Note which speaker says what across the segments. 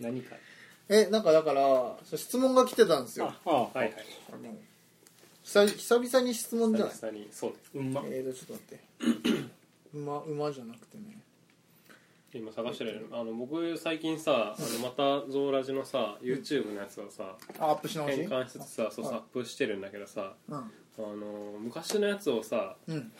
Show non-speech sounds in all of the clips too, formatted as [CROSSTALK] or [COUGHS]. Speaker 1: 何か
Speaker 2: えなんかだからそう質問が来てたんですよ
Speaker 1: ああはいはい
Speaker 2: あの久久々に質問じゃない
Speaker 1: 久々にそうですうんま
Speaker 2: えーとちょっと待って馬馬じゃなくてね
Speaker 1: 今探してるあの僕最近さあのまたゾーラジのさ YouTube のやつをさ
Speaker 2: あアップし直し
Speaker 1: 変換しつつさそう
Speaker 2: は
Speaker 1: さ
Speaker 2: い
Speaker 1: アップしてるんだけどさ
Speaker 2: うん
Speaker 1: あの昔のやつをさ
Speaker 2: うん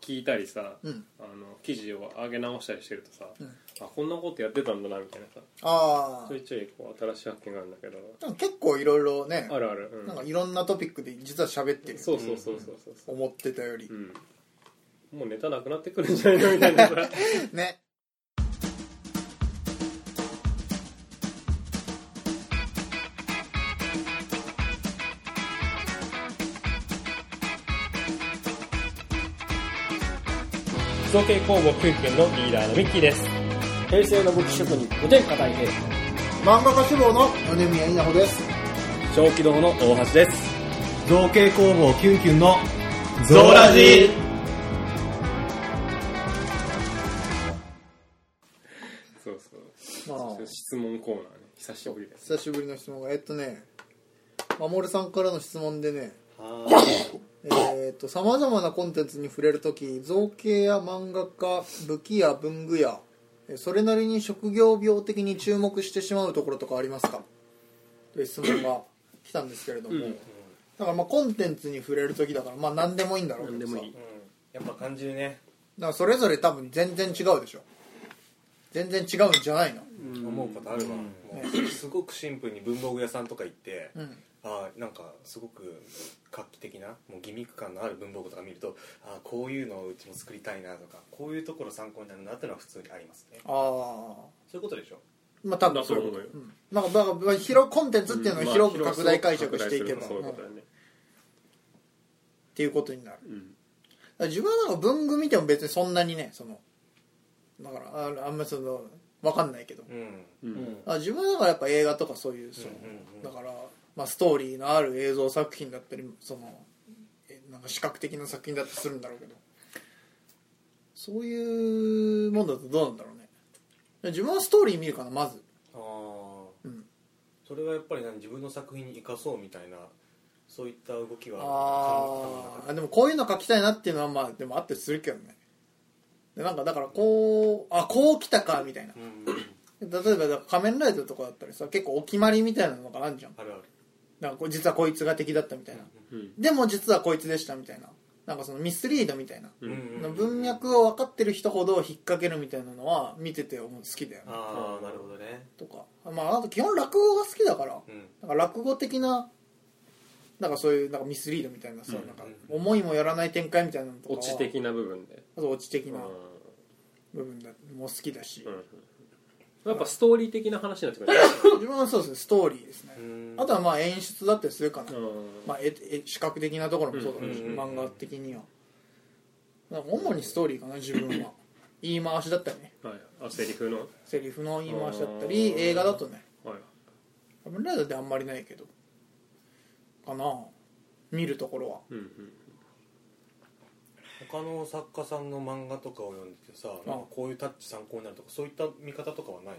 Speaker 1: 聞いたりさ
Speaker 2: うん
Speaker 1: あの記事を上げ直したりしてるとさ
Speaker 2: うん
Speaker 1: あこんなことやってたんだなみたいなさ
Speaker 2: あ
Speaker 1: ちょいちょいこう新しい発見があるんだけど
Speaker 2: あ結構いろいろね
Speaker 1: あるあるうん
Speaker 2: なんかいろんなトピックで実は喋ってる
Speaker 1: そうそうそうそうそうそう
Speaker 2: 思ってたより
Speaker 1: うんもうネタなくなってくるんじゃないのみたいなさ
Speaker 2: ね
Speaker 1: 造形工房クイくんのリーダーのミッキーです
Speaker 3: 平成の武器職人おでん硬い平
Speaker 2: 漫画家志望の米宮稲穂です
Speaker 3: 小気道の大橋です
Speaker 4: 造形工房キュンキュンのゾーラジ
Speaker 1: そうそう
Speaker 2: まあ
Speaker 1: 質問コーナーね久しぶりです
Speaker 2: 久しぶりの質問がえっとね守さんからの質問でねえっとさまざまなコンテンツに触れる時造形や漫画家武器や文具やえそれなりに職業病的に注目してしまうところとかありますかという質問
Speaker 1: [COUGHS]
Speaker 2: が来たんですけれども、だからまあコンテンツに触れる時だからまあ何でもいいんだろうけ
Speaker 1: 何
Speaker 2: ど
Speaker 1: で
Speaker 2: さ
Speaker 1: もいい
Speaker 4: やっぱ感じるね
Speaker 2: だからそれぞれ多分全然違うでしょ全然違うんじゃないの
Speaker 4: 思うことあるわ、もうすごくシンプルに文房具屋さんとか行って、
Speaker 2: うん
Speaker 4: あーなんかすごく画期的なもうギミック感のある文房具とか見るとあーこういうのをうちも作りたいなとかこういうところ参考になるなっていうのは普通にありますね
Speaker 2: ああ
Speaker 4: そういうことでしょ
Speaker 2: まあ多分
Speaker 1: だと
Speaker 2: そ
Speaker 1: 思
Speaker 2: ういう
Speaker 1: う
Speaker 2: こ
Speaker 1: よ
Speaker 2: とうんまあだからまあ広コンテンツっていうのを広く拡大解釈していけば、
Speaker 1: まあそういうこと
Speaker 2: うんっ
Speaker 1: だね
Speaker 2: ていうことになるだか
Speaker 1: うん
Speaker 2: ら自分はなんか文具見ても別にそんなにねそのだからああんまりその分かんないけど、
Speaker 4: うん
Speaker 1: う
Speaker 3: うん
Speaker 1: ん
Speaker 2: あ自分はだからやっぱ映画とかそういうその、
Speaker 4: うん
Speaker 2: だから、まあ、ストーリーのある映像作品だったりそのえなんか視覚的な作品だったりするんだろうけどそういうもんだとどうなんだろうね自分はストーリー見るかなまず
Speaker 4: ああ
Speaker 2: うん
Speaker 4: それはやっぱり何自分の作品に生かそうみたいなそういった動きは
Speaker 2: あーあでもこういうの書きたいなっていうのはまあでもあってするけどねでなんかだからこうあこう来たかみたいな
Speaker 4: うん
Speaker 2: 例えばだから仮面ライダーとかだったりさ結構お決まりみたいなのがあるじゃん
Speaker 4: あるある
Speaker 2: なんかこう実はこいつが敵だったみたいな
Speaker 1: うん
Speaker 2: でも実はこいつでしたみたいななんかそのミスリードみたいな
Speaker 1: うん
Speaker 2: 文脈を分かってる人ほど引っ掛けるみたいなのは見てて思う好きだよね
Speaker 4: ああなるほどね
Speaker 2: とかまああと基本落語が好きだから
Speaker 4: うん
Speaker 2: なんか落語的ななんかそういうなんかミスリードみたいなそう
Speaker 4: うん
Speaker 2: なんか思いもよらない展開みたいなのとかは
Speaker 1: 落ち的な部分で
Speaker 2: あと落ち的
Speaker 1: うん
Speaker 2: な部分だも好きだし
Speaker 1: うんやっぱストーリー的な話になってくる
Speaker 2: [LAUGHS] 自分はそうですねストーリーですね
Speaker 4: うん
Speaker 2: あとはまあ演出だったりするかな
Speaker 1: うん
Speaker 2: まあ、絵絵視覚的なところもそうだし、
Speaker 4: うんうん
Speaker 2: 漫画的にはだから主にストーリーかな自分は言い回しだったりね
Speaker 1: はいあセリフの
Speaker 2: セリフの言い回しだったり映画だとね
Speaker 1: はい
Speaker 2: 「仮面ライダー」ってあんまりないけどかな見るところは
Speaker 1: うんうん
Speaker 4: 他の作家さんの漫画とかを読んでてさなんかこういうタッチ参考になるとかそういった見方とかはない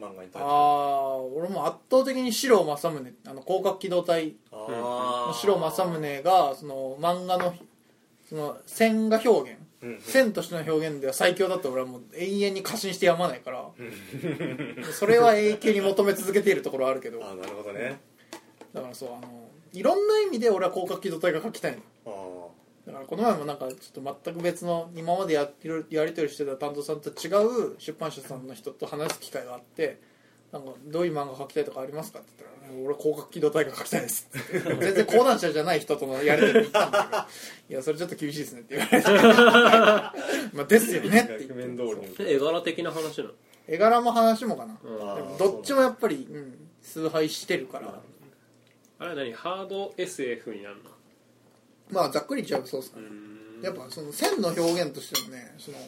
Speaker 4: の漫画に対して
Speaker 2: ああ俺も圧倒的に四郎正宗あの広角機動隊の
Speaker 4: あ
Speaker 2: 四郎正宗がその漫画のその線画表現
Speaker 4: うんうん
Speaker 2: 線としての表現では最強だって俺はもう永遠に過信してやまないからそれは永久に求め続けているところはあるけど
Speaker 4: [LAUGHS] あーなるほどね
Speaker 2: だからそうあのいろんな意味で俺は広角機動隊が書きたいの
Speaker 4: ああ
Speaker 2: だからこの前もなんかちょっと全く別の今までやってるやり取りしてた担当さんと違う出版社さんの人と話す機会があってなんかどういう漫画描きたいとかありますかって言ったら「俺広角機動隊が描きたいです」全然講談社じゃない人とのやり取りに行ったんだけど「いやそれちょっと厳しいですね」って言われて「まあですよね」って言って
Speaker 4: 額面通りに
Speaker 1: で絵柄的な話なの
Speaker 2: 絵柄も話もかな、
Speaker 1: うん
Speaker 4: あー
Speaker 2: でもどっちもやっぱり、うん、崇拝してるから、
Speaker 1: あれは何ハード SF になるの
Speaker 2: まあざっくり言っちゃうとそうっすかね
Speaker 1: うん
Speaker 2: やっぱその線の表現としてもねその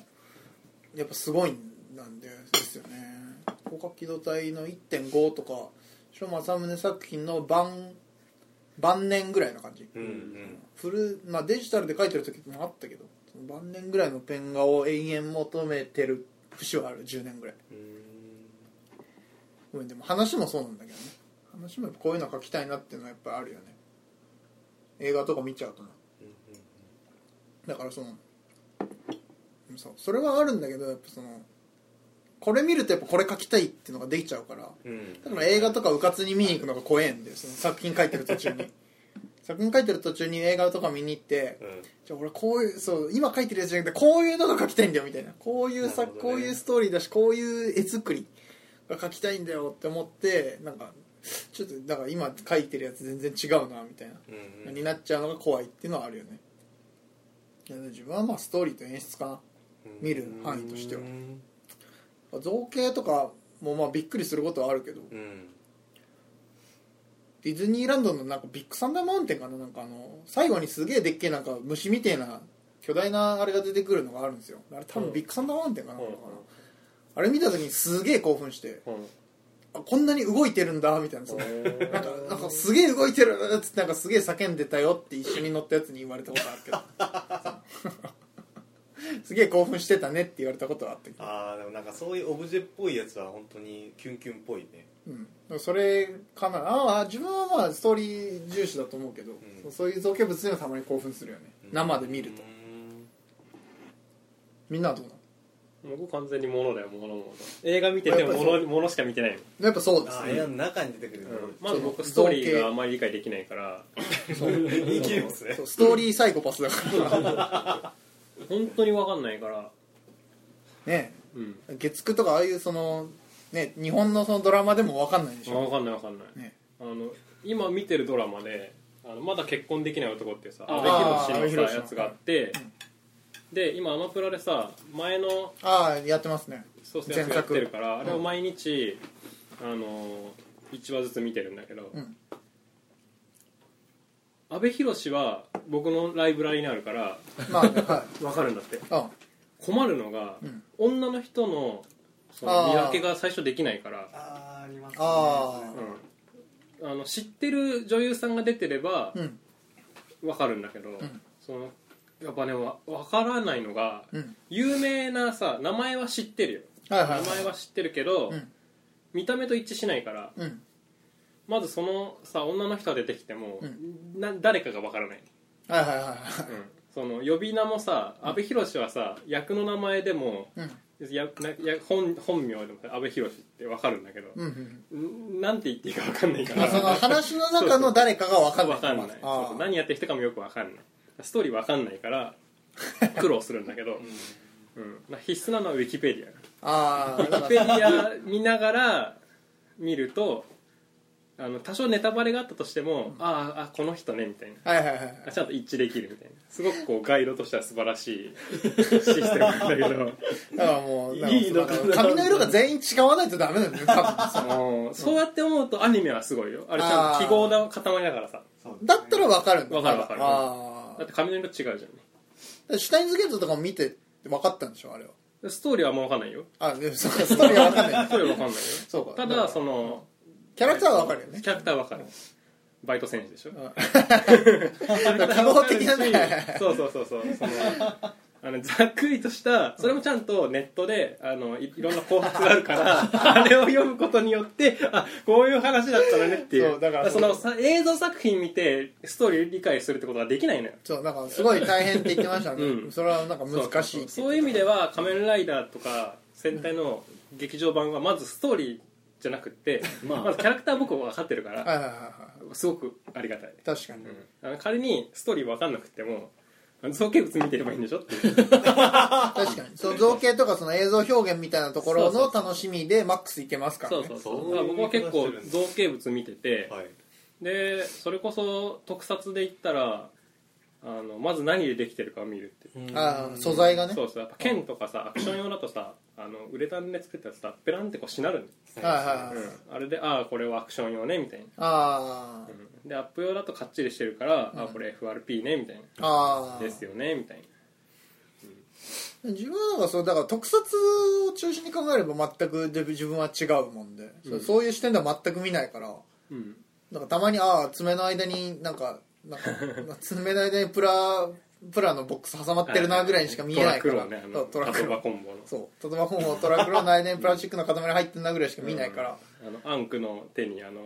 Speaker 2: やっぱすごいなんでですよね広角機動隊の1.5とか白正宗作品の晩晩年ぐらいの感じ、
Speaker 4: うんうん
Speaker 2: フルまあ、デジタルで書いてる時もあったけどその晩年ぐらいのペン画を永遠求めてる節はある10年ぐらい
Speaker 4: うん
Speaker 2: ごめんでも話もそうなんだけどね話もやっぱこういうの書きたいなっていうのはやっぱりあるよね映画とか見ちゃうとなだからそのでもそうそれはあるんだけどやっぱそのこれ見るとやっぱこれ書きたいっていうのができちゃうから
Speaker 4: うん
Speaker 2: だから映画とかうかつに見に行くのが怖えんだよその作品書いてる途中
Speaker 4: [LAUGHS]
Speaker 2: に作品書いてる途中に映画とか見に行って
Speaker 4: うん
Speaker 2: じゃあ俺こういうそう今書いてるやつじゃなくてこういうのが書きたいんだよみたいなこういう
Speaker 4: な
Speaker 2: さ、
Speaker 4: るほどね
Speaker 2: こういうストーリーだしこういう絵作りが書きたいんだよって思ってなんかちょっとだから今書いてるやつ全然違うなみたいな、
Speaker 4: うんうん
Speaker 2: になっちゃうのが怖いっていうのはあるよねいや自分はまあストーリーと演出かな見る範囲としては
Speaker 4: うん
Speaker 2: 造形とかもまあびっくりすることはあるけど
Speaker 4: うん
Speaker 2: ディズニーランドのなんかビッグサンダーマウンテンかななんかあの最後にすげえでっけえなんか虫みてえな巨大なあれが出てくるのがあるんですよあれ多分ビッグサンダーマウンテンかな,、
Speaker 1: うん
Speaker 2: あれ見た時にすげえ興奮してあこんなに動いてるんだみたいなそのなんかなんかすげえ動いてるっつってなんかすげえ叫んでたよって一緒に乗ったやつに言われたことあ
Speaker 1: [LAUGHS]
Speaker 2: るけどすげえ興奮してたねって言われたことはあったけど
Speaker 4: ああでもなんかそういうオブジェっぽいやつは本当にキュンキュンっぽいね
Speaker 2: うん、それかなああ自分はまあストーリー重視だと思うけど、
Speaker 4: ん
Speaker 2: そういう造形物にはたまに興奮するよね、生で見ると
Speaker 4: うん
Speaker 2: みんなはどうなの
Speaker 1: 僕完全に物だよ物物映画見てても物物しか見てない
Speaker 2: やっぱそうで
Speaker 4: あ
Speaker 2: す
Speaker 4: あ映
Speaker 2: ね
Speaker 4: 画の中に出てくる
Speaker 1: まず僕ストーリーがあまり理解できないから
Speaker 4: いい気分ですね
Speaker 2: そうストーリーサイコパスだから
Speaker 1: [LAUGHS] 本当に分かんないから
Speaker 2: ね
Speaker 1: うん
Speaker 2: 月9とかああいうそのね日本のそのドラマでも分かんないでしょ
Speaker 1: 分かんない分かんない
Speaker 2: ね
Speaker 1: あの今見てるドラマであのまだ結婚できない男っていうさ阿
Speaker 3: あ
Speaker 1: 部
Speaker 2: 阿部
Speaker 1: 寛の
Speaker 2: 寛
Speaker 1: さ
Speaker 2: さん
Speaker 1: やつがあってで今アマプラでさ前の
Speaker 2: ああやってますね
Speaker 1: そうそうやつやってるから
Speaker 2: 前作
Speaker 1: あれを毎日あの1話ずつ見てるんだけど
Speaker 2: うん
Speaker 1: 阿部寛は僕のライブラリにあるから
Speaker 2: まあねは
Speaker 1: 分かるんだって
Speaker 2: いあ
Speaker 1: 困るのが
Speaker 2: うん
Speaker 1: 女の人のそ
Speaker 2: あ
Speaker 1: の
Speaker 2: ー
Speaker 1: 見分けが最初できないから
Speaker 4: ああありますね
Speaker 2: あー
Speaker 1: うんあの知ってる女優さんが出てれば
Speaker 2: うん
Speaker 1: わかるんだけど、
Speaker 2: ん
Speaker 1: そのやっぱねわわからないのが、
Speaker 2: うん
Speaker 1: 有名なさ名前は知ってるよ
Speaker 2: は
Speaker 1: 名
Speaker 2: いはいはい
Speaker 1: 前は知ってるけど、
Speaker 2: うん
Speaker 1: 見た目と一致しないから
Speaker 2: うん
Speaker 1: まずそのさ女の人が出てきても、
Speaker 2: う
Speaker 1: な誰かがわからない、
Speaker 2: はいはいはいは
Speaker 1: うんその呼び名もさ阿部寛はさ役の名前でも
Speaker 2: いうん
Speaker 1: やなや本本名でも阿部寛ってわかるんだけど、
Speaker 2: うんうん
Speaker 1: んなんて言っていいかわかんないか
Speaker 2: まあその
Speaker 1: ら
Speaker 2: 話の中の誰かが分かんない
Speaker 1: わかんない
Speaker 2: あ
Speaker 1: そう
Speaker 2: あ
Speaker 1: 何やってる人かもよくわかんないストーリーわかんない [LAUGHS] から苦労するんだけど、うんまあ必須なのはウィキペディア
Speaker 2: ああだ
Speaker 1: ウィ
Speaker 2: か
Speaker 1: キペデ
Speaker 2: ら
Speaker 1: ィア見ながら見るとあの多少ネタバレがあったとしても、あああこの人ねみたいな
Speaker 2: はいはいはいはい
Speaker 1: あちゃんと一致できるみたいなすごくこうガイドとしては素晴らしいシステムなんだけど
Speaker 2: だからもう、なんか
Speaker 3: いいのかな
Speaker 2: 髪の色が全員違わないとダメなんだよね、多分
Speaker 1: [LAUGHS]
Speaker 2: そ
Speaker 1: あ
Speaker 2: の
Speaker 1: のそうやって思うとアニメはすごいよあれちゃんと記号の塊だからさ
Speaker 2: だったらわかるんだ
Speaker 1: わかるわかる
Speaker 2: あ
Speaker 1: だって髪の色違うじゃんね
Speaker 2: あ。シュタインズゲートとかも見て分かったんでしょ、あれは。
Speaker 1: ストーリーはあんま分かんないよ
Speaker 2: あ、でもそうか、ストーリーはわかんない
Speaker 1: ス。トーリーは分かんないよ
Speaker 2: そうか。
Speaker 1: た
Speaker 2: か
Speaker 1: だ
Speaker 2: ら
Speaker 1: その
Speaker 2: キャラクターはわかるよね
Speaker 1: キ。ャラクターは分かるバイト選手でしょ
Speaker 2: だから記号的なね。
Speaker 1: そうそうそうそうそのあのざっくりとしたそれもちゃんとネットであのいいろんな考察があるから
Speaker 2: [LAUGHS]
Speaker 1: あれを読むことによってあこういう話だったのねっていう
Speaker 2: そうだから
Speaker 1: そのさ映像作品見てストーリー理解するってことができないのよ
Speaker 2: そう、なんかすごい大変って言ってましたね。
Speaker 1: うん
Speaker 2: それはなんか難しい
Speaker 1: そうそうそういう意味では「仮面ライダー」とか戦隊の劇場版はまずストーリーじゃなくって、
Speaker 3: まあ
Speaker 1: まずキャラクター僕も分かってるか
Speaker 2: はい
Speaker 1: ら
Speaker 2: はいはいは
Speaker 1: すごくありがたい
Speaker 2: い。確かに。
Speaker 1: あの仮にストーリー分かんなくてもあの造形物見てればいいんでしょっていう
Speaker 2: 確かに。その造形とかその映像表現みたいなところの楽しみでマックスいけますから
Speaker 1: そう
Speaker 2: ね
Speaker 1: そ。うそう
Speaker 4: そ
Speaker 1: だ
Speaker 4: う
Speaker 1: から僕は結構造形物見てて、
Speaker 4: はい
Speaker 1: でそれこそ特撮で言ったらあのまず何でできてるかを見るっていう、
Speaker 2: ああ、素材がね。
Speaker 1: そうそうやっぱ剣とかさアクション用だとさあのウレタンで作ったやつさペランってこうしなる
Speaker 2: はいはい
Speaker 1: の、
Speaker 2: はい。
Speaker 1: あれでああこれはアクション用ねみたいな、
Speaker 2: あ
Speaker 1: うんでアップ用だとかっちりしてるから、ああこれ FRP ねみたい
Speaker 2: あ。あ
Speaker 1: な
Speaker 2: あ。
Speaker 1: ですよねみたいな
Speaker 2: 自分はだからそうだから特撮を中心に考えれば全くで自分は違うもんで、そうそういう視点では全く見ないから
Speaker 1: うん
Speaker 2: なんかたまにああ爪の間になんかなんか爪の間にプラプラのボックス挟まってるなぐらいにしか見えないから、
Speaker 1: トラクロねあ
Speaker 2: そ
Speaker 1: の
Speaker 2: うトラク
Speaker 1: 言葉
Speaker 2: ロ
Speaker 1: コンボの
Speaker 2: そう例えば本をトラクロ内燃プラスチックの塊入ってんなぐらいしか見ないから、
Speaker 1: あのアンクの手にあの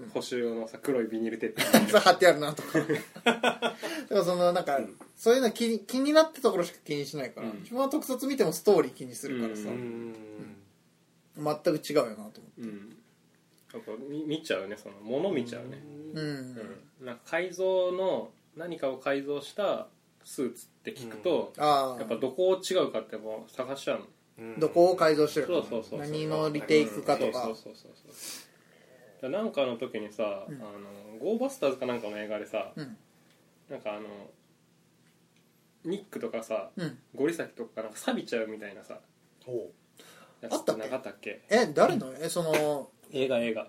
Speaker 2: ん
Speaker 1: 補修用のさ黒いビニールテープ
Speaker 2: それ貼ってあるなとかだからそのなんか、そういうの気に気になってたところしか気にしないから、
Speaker 1: うん
Speaker 2: 自分は特撮見てもストーリー気にするから
Speaker 1: う
Speaker 2: さ、
Speaker 4: うんん
Speaker 2: 全く違うよなと思って
Speaker 1: うんやっぱ見見ちゃうねその物見ちゃうね
Speaker 2: うん、
Speaker 1: うんなんか改造の何かを改造したスーツって聞くと、
Speaker 2: ああ
Speaker 1: やっぱどこを違うかってもう探しちゃうの
Speaker 4: うん
Speaker 2: どこを改造してるか
Speaker 1: そうそうそうそう
Speaker 2: 何のリテイクかとか、
Speaker 1: そうそうそうそうなんかの時にさ、
Speaker 2: うん
Speaker 1: あのゴーバスターズかなんかの映画でさ、
Speaker 2: うん
Speaker 1: なんかあのニックとかさ、
Speaker 2: うん
Speaker 1: ゴリ崎とかなんか錆びちゃうみたいなさ
Speaker 4: ほ
Speaker 1: や
Speaker 2: あったっけ
Speaker 1: なかったっけ
Speaker 2: え誰のえその
Speaker 1: 映画映画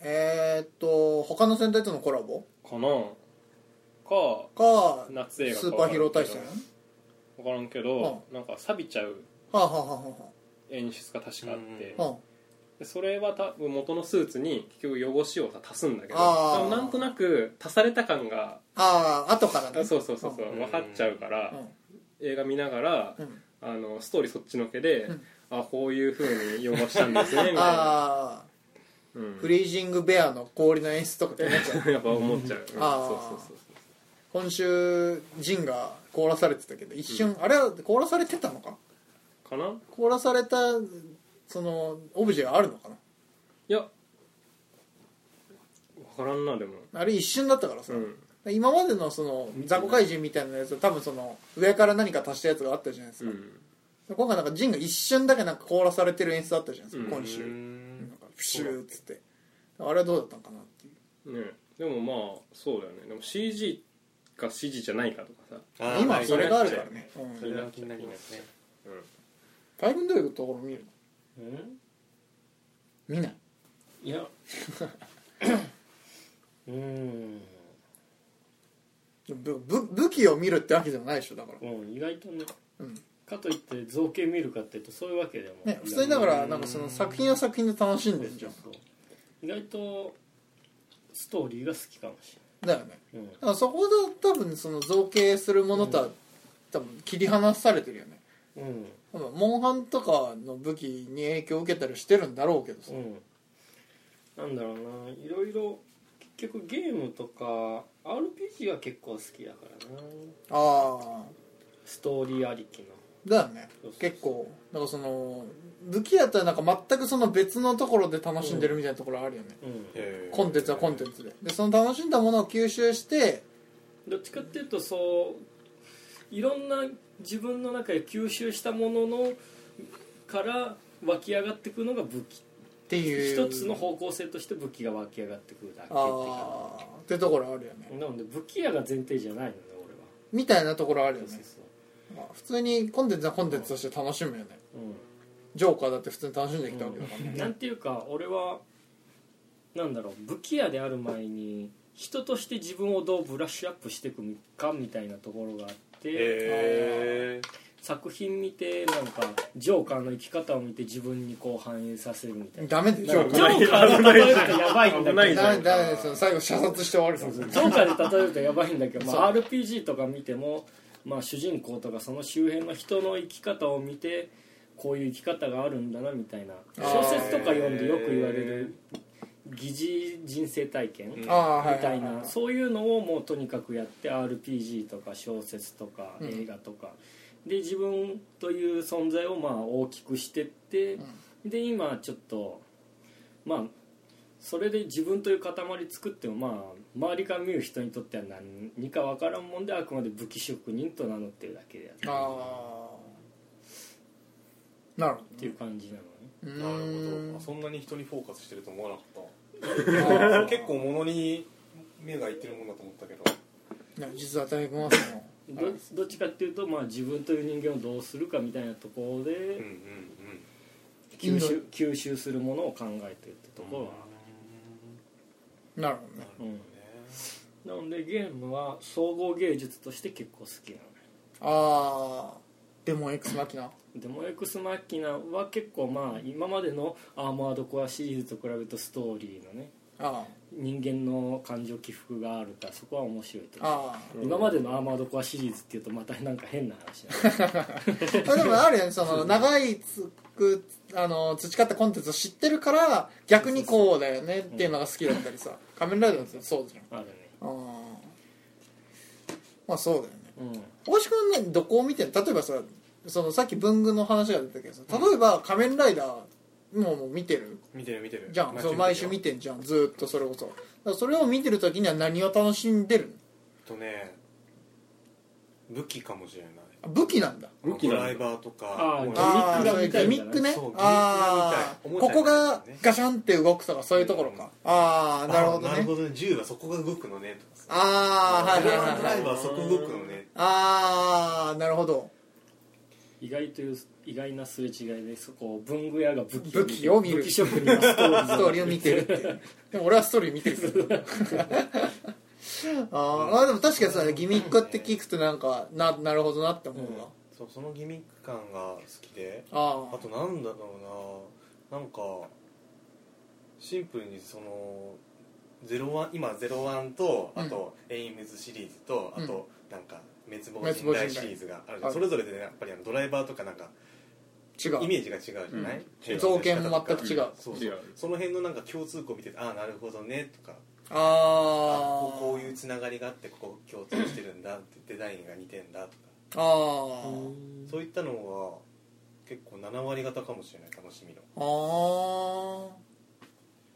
Speaker 2: えーっと他の戦隊とのコラボ
Speaker 1: かなか
Speaker 2: か
Speaker 1: 夏映画か
Speaker 2: スーパーヒーロー対戦は
Speaker 1: 分からんけど、なんか錆びちゃう
Speaker 2: あ、はあはあは
Speaker 1: 演出が確かあって、
Speaker 2: あは
Speaker 1: でそれは多分元のスーツに結局汚しをさ足すんだけど
Speaker 2: あー
Speaker 1: でもなんとなく足された感が
Speaker 2: あああ後からね
Speaker 1: あそうそうそうそう
Speaker 4: うん
Speaker 1: 分かっちゃうから、
Speaker 2: う
Speaker 1: 映画見ながら、
Speaker 2: んうん
Speaker 1: あのストーリーそっちのけで、
Speaker 2: うん
Speaker 1: あこういうふうに汚したんですねみたいな、
Speaker 2: ああ
Speaker 1: う
Speaker 2: フ
Speaker 1: ん、
Speaker 2: リージングベアの氷の演出とかってな
Speaker 1: [LAUGHS]
Speaker 2: っちゃう
Speaker 1: やっぱ思っちゃう、うん、そう
Speaker 2: あー
Speaker 1: そうそうそう
Speaker 2: 今週ジンが凍らされてたけど一瞬、あれは凍らされてたのか
Speaker 1: かな
Speaker 2: 凍らされたそのオブジェがあるのかない
Speaker 1: や分からんなでも
Speaker 2: あれ一瞬だったからさ、
Speaker 1: うん
Speaker 2: 今までのその雑魚怪人みたいなやつは多分その上から何か足したやつがあったじゃないです
Speaker 1: う
Speaker 2: か、
Speaker 1: ん
Speaker 2: 今回なんかジンが一瞬だけなんか凍らされてる演出あったじゃないですか、
Speaker 1: うん
Speaker 2: 今
Speaker 4: う
Speaker 2: 週、
Speaker 4: うん
Speaker 2: なんかプシューっつってあれはどうだったのかなっていう
Speaker 1: ねでもまあそうだよねでも CG か CG じゃないかとかさ
Speaker 4: あー
Speaker 2: 今
Speaker 4: は
Speaker 2: はいそれがあるからね、
Speaker 4: それが気になりますね
Speaker 2: 大分どういうところ見る
Speaker 3: うん
Speaker 2: の見ない
Speaker 3: い
Speaker 4: [LAUGHS]
Speaker 3: やうん
Speaker 2: ぶぶ武器を見るってわけでもないでしょだから
Speaker 3: うん意外とね、
Speaker 2: うん
Speaker 3: かといって造形見るかっていうとそういうわけでも
Speaker 2: ね普通にだから
Speaker 3: うん
Speaker 2: なんかその作品は作品で楽しんでんじゃん
Speaker 3: そう意外とストーリーが好きかもし
Speaker 2: だよね
Speaker 3: れない、うん
Speaker 2: だからそこで多分その造形するものとは多分切り離されてるよね
Speaker 3: うん
Speaker 2: 多分モンハンとかの武器に影響を受けたりしてるんだろうけどさ、
Speaker 3: うん、なんだろうないろいろ結局ゲームとか RPG は結構好きだから
Speaker 2: あ
Speaker 3: な
Speaker 2: あ
Speaker 3: ストーリーありきの
Speaker 2: だよね
Speaker 3: そうそう
Speaker 2: 結構なんかその武器やったらなんか全くその別のところで楽しんでるみたいなところあるよね、
Speaker 3: うん
Speaker 4: へー
Speaker 2: コンテンツはコンテンツででその楽しんだものを吸収して
Speaker 3: どっちかっていうとそういろんな自分の中で吸収したもののから湧き上がってくるのが武器
Speaker 2: っていう
Speaker 3: 一つの方向性として武器が湧き上がってくるだけっていうか
Speaker 2: ああってところあるよね
Speaker 3: なので武器屋が前提じゃないのね
Speaker 2: みたいなところある
Speaker 3: 俺
Speaker 2: よ
Speaker 3: はそう
Speaker 2: ね
Speaker 3: そう
Speaker 2: まあ普通にコンテンツはコンテンツとして楽しむよね
Speaker 3: そう、うん
Speaker 2: ジョーカーだって普通に楽しんできたわけだから
Speaker 3: なん
Speaker 2: ね、
Speaker 3: ていうか俺はなんだろう武器屋である前に人として自分をどうブラッシュアップしていくかみたいなところがあって
Speaker 4: へ
Speaker 3: 作品見てなんかジョーカーの生き方を見て自分にこう反映させるみたいな
Speaker 2: ダメでジョー
Speaker 3: ジ
Speaker 2: カ
Speaker 3: ョ
Speaker 2: ー
Speaker 3: ーカーで例えるとやばいんだ
Speaker 1: 危な
Speaker 3: け
Speaker 1: いじ
Speaker 3: ど
Speaker 2: ダ
Speaker 1: ゃ
Speaker 2: メ
Speaker 1: ん
Speaker 2: ダメですよ最後射殺して終わるぞ
Speaker 3: ジョーカーで例えるとやばいんだけど、まあ、
Speaker 2: そ
Speaker 3: RPG とか見ても、まあ、主人公とかその周辺の人の生き方を見てこういう生き方があるんだなみたいな
Speaker 2: あー
Speaker 3: 小説とか読んでよく言われる疑似人生体験み
Speaker 4: ん
Speaker 2: ああはいは
Speaker 3: た
Speaker 2: い
Speaker 3: い
Speaker 2: は
Speaker 3: ないそういうのをもうとにかくやって RPG とか小説とか
Speaker 2: うん
Speaker 3: 映画とかで自分という存在をまあ大きくしてってで今ちょっとまあそれで自分という塊作ってもまあ周りから見る人にとっては何か分からんもんであくまで武器職人と名乗ってるだけである
Speaker 2: ああなるほ
Speaker 3: っていう感じなのね
Speaker 2: ど
Speaker 4: ーなるほどあ
Speaker 2: う
Speaker 4: そんなに人にフォーカスしてると思わなかっ
Speaker 2: ーん
Speaker 4: た結構物に目がいってるもんだと思ったけど
Speaker 2: ね実は大変マスの
Speaker 3: どどっちかっていうとまあ自分という人間をどうするかみたいなところ
Speaker 4: うんう
Speaker 3: で
Speaker 4: ん
Speaker 3: 吸収吸収するものを考えてるってところは
Speaker 2: なるほどね
Speaker 4: う
Speaker 3: ある、うん
Speaker 4: ね
Speaker 3: なのでゲームは総合芸術として結構好きなのね
Speaker 2: ああデモン X マキナ
Speaker 3: でもエクスマキナは結構まあ今までのアーマードコアシリーズと比べるとストーリーのね
Speaker 2: あ
Speaker 3: 人間の感情起伏があるからそこは面白いと
Speaker 2: あああ
Speaker 3: 今までのアーマードコアシリーズっていうとまたなんか変な話になる
Speaker 2: あでもあるよねその長いつくあの培ったコンテンツを知ってるから逆にこうだよねっていうのが好きだったりさ「仮面ライダー」のやつそうじゃん
Speaker 3: あるね
Speaker 2: [LAUGHS] あーまあそうだよね
Speaker 3: うん
Speaker 2: 大石君ねどこを見てんの例えばさそのさっき文具の話が出たけどさ例えば「仮面ライダー」ももう見てる
Speaker 4: 見てる見てる
Speaker 2: じゃんそう毎週見てんじゃんずーっとそれこそだからそれを見てる時には何を楽しんでるの
Speaker 4: とね武器かもしれない
Speaker 2: あ武器なんだ
Speaker 1: 武器
Speaker 4: ド
Speaker 1: な
Speaker 4: ライ
Speaker 1: んだ
Speaker 4: バーと
Speaker 3: あ
Speaker 4: か
Speaker 3: ー
Speaker 4: もう
Speaker 2: あ
Speaker 3: ギミックが
Speaker 2: あ
Speaker 3: 見たい
Speaker 2: ギ
Speaker 3: んだね
Speaker 2: ミックね
Speaker 4: そうギミックが見たい
Speaker 2: ああ
Speaker 4: おもち
Speaker 2: こ
Speaker 4: ゃが
Speaker 2: こ
Speaker 4: 見たいんだよね
Speaker 2: がガシャンって動くとかそういうところか、
Speaker 4: うん
Speaker 2: ああなるほど
Speaker 4: あなる
Speaker 2: ね
Speaker 4: ほどね銃はそこが動くのねとかさ
Speaker 2: ああはい
Speaker 4: ド
Speaker 2: はい
Speaker 4: ライバード
Speaker 2: は
Speaker 4: ラ
Speaker 2: いはい
Speaker 4: イバーはそこ動くのね
Speaker 2: ああなるほど
Speaker 3: 意外という意外なすれ違いでそこを文具屋が武器
Speaker 2: 武器を見る
Speaker 3: 武器職人のストーリ
Speaker 2: ス
Speaker 3: ー
Speaker 2: トーリーを見てるっていうでも俺はストーリー見てる [LAUGHS] けどあーあでも確かにさギミックって聞くとなんかななるほどなって思うわ、
Speaker 4: そうそのギミック感が好きで
Speaker 2: あ
Speaker 4: あとなんだろうななんかシンプルにそのゼロワン今「ゼロワンと
Speaker 2: うん
Speaker 4: あと「エイムズ」シリーズとあとなんか「滅亡
Speaker 2: 滅亡人
Speaker 4: 人大」
Speaker 2: 大
Speaker 4: シリーズがあるじ
Speaker 2: はい
Speaker 4: ゃんそれぞれでねやっぱりあのドライバーとかなんか
Speaker 2: あ違う
Speaker 4: イメージが違うじゃない
Speaker 2: うん造形も全く違う
Speaker 4: そう
Speaker 1: 違
Speaker 4: そううその辺のなんか共通項見ててああなるほどねとか
Speaker 2: あ
Speaker 4: あ
Speaker 2: あ
Speaker 4: こここういうつながりがあってここ共通してるんだってデザインが似てんだと
Speaker 2: あ
Speaker 4: か
Speaker 2: あ
Speaker 4: そういったのは結構7割方かもしれない楽しみの
Speaker 2: あー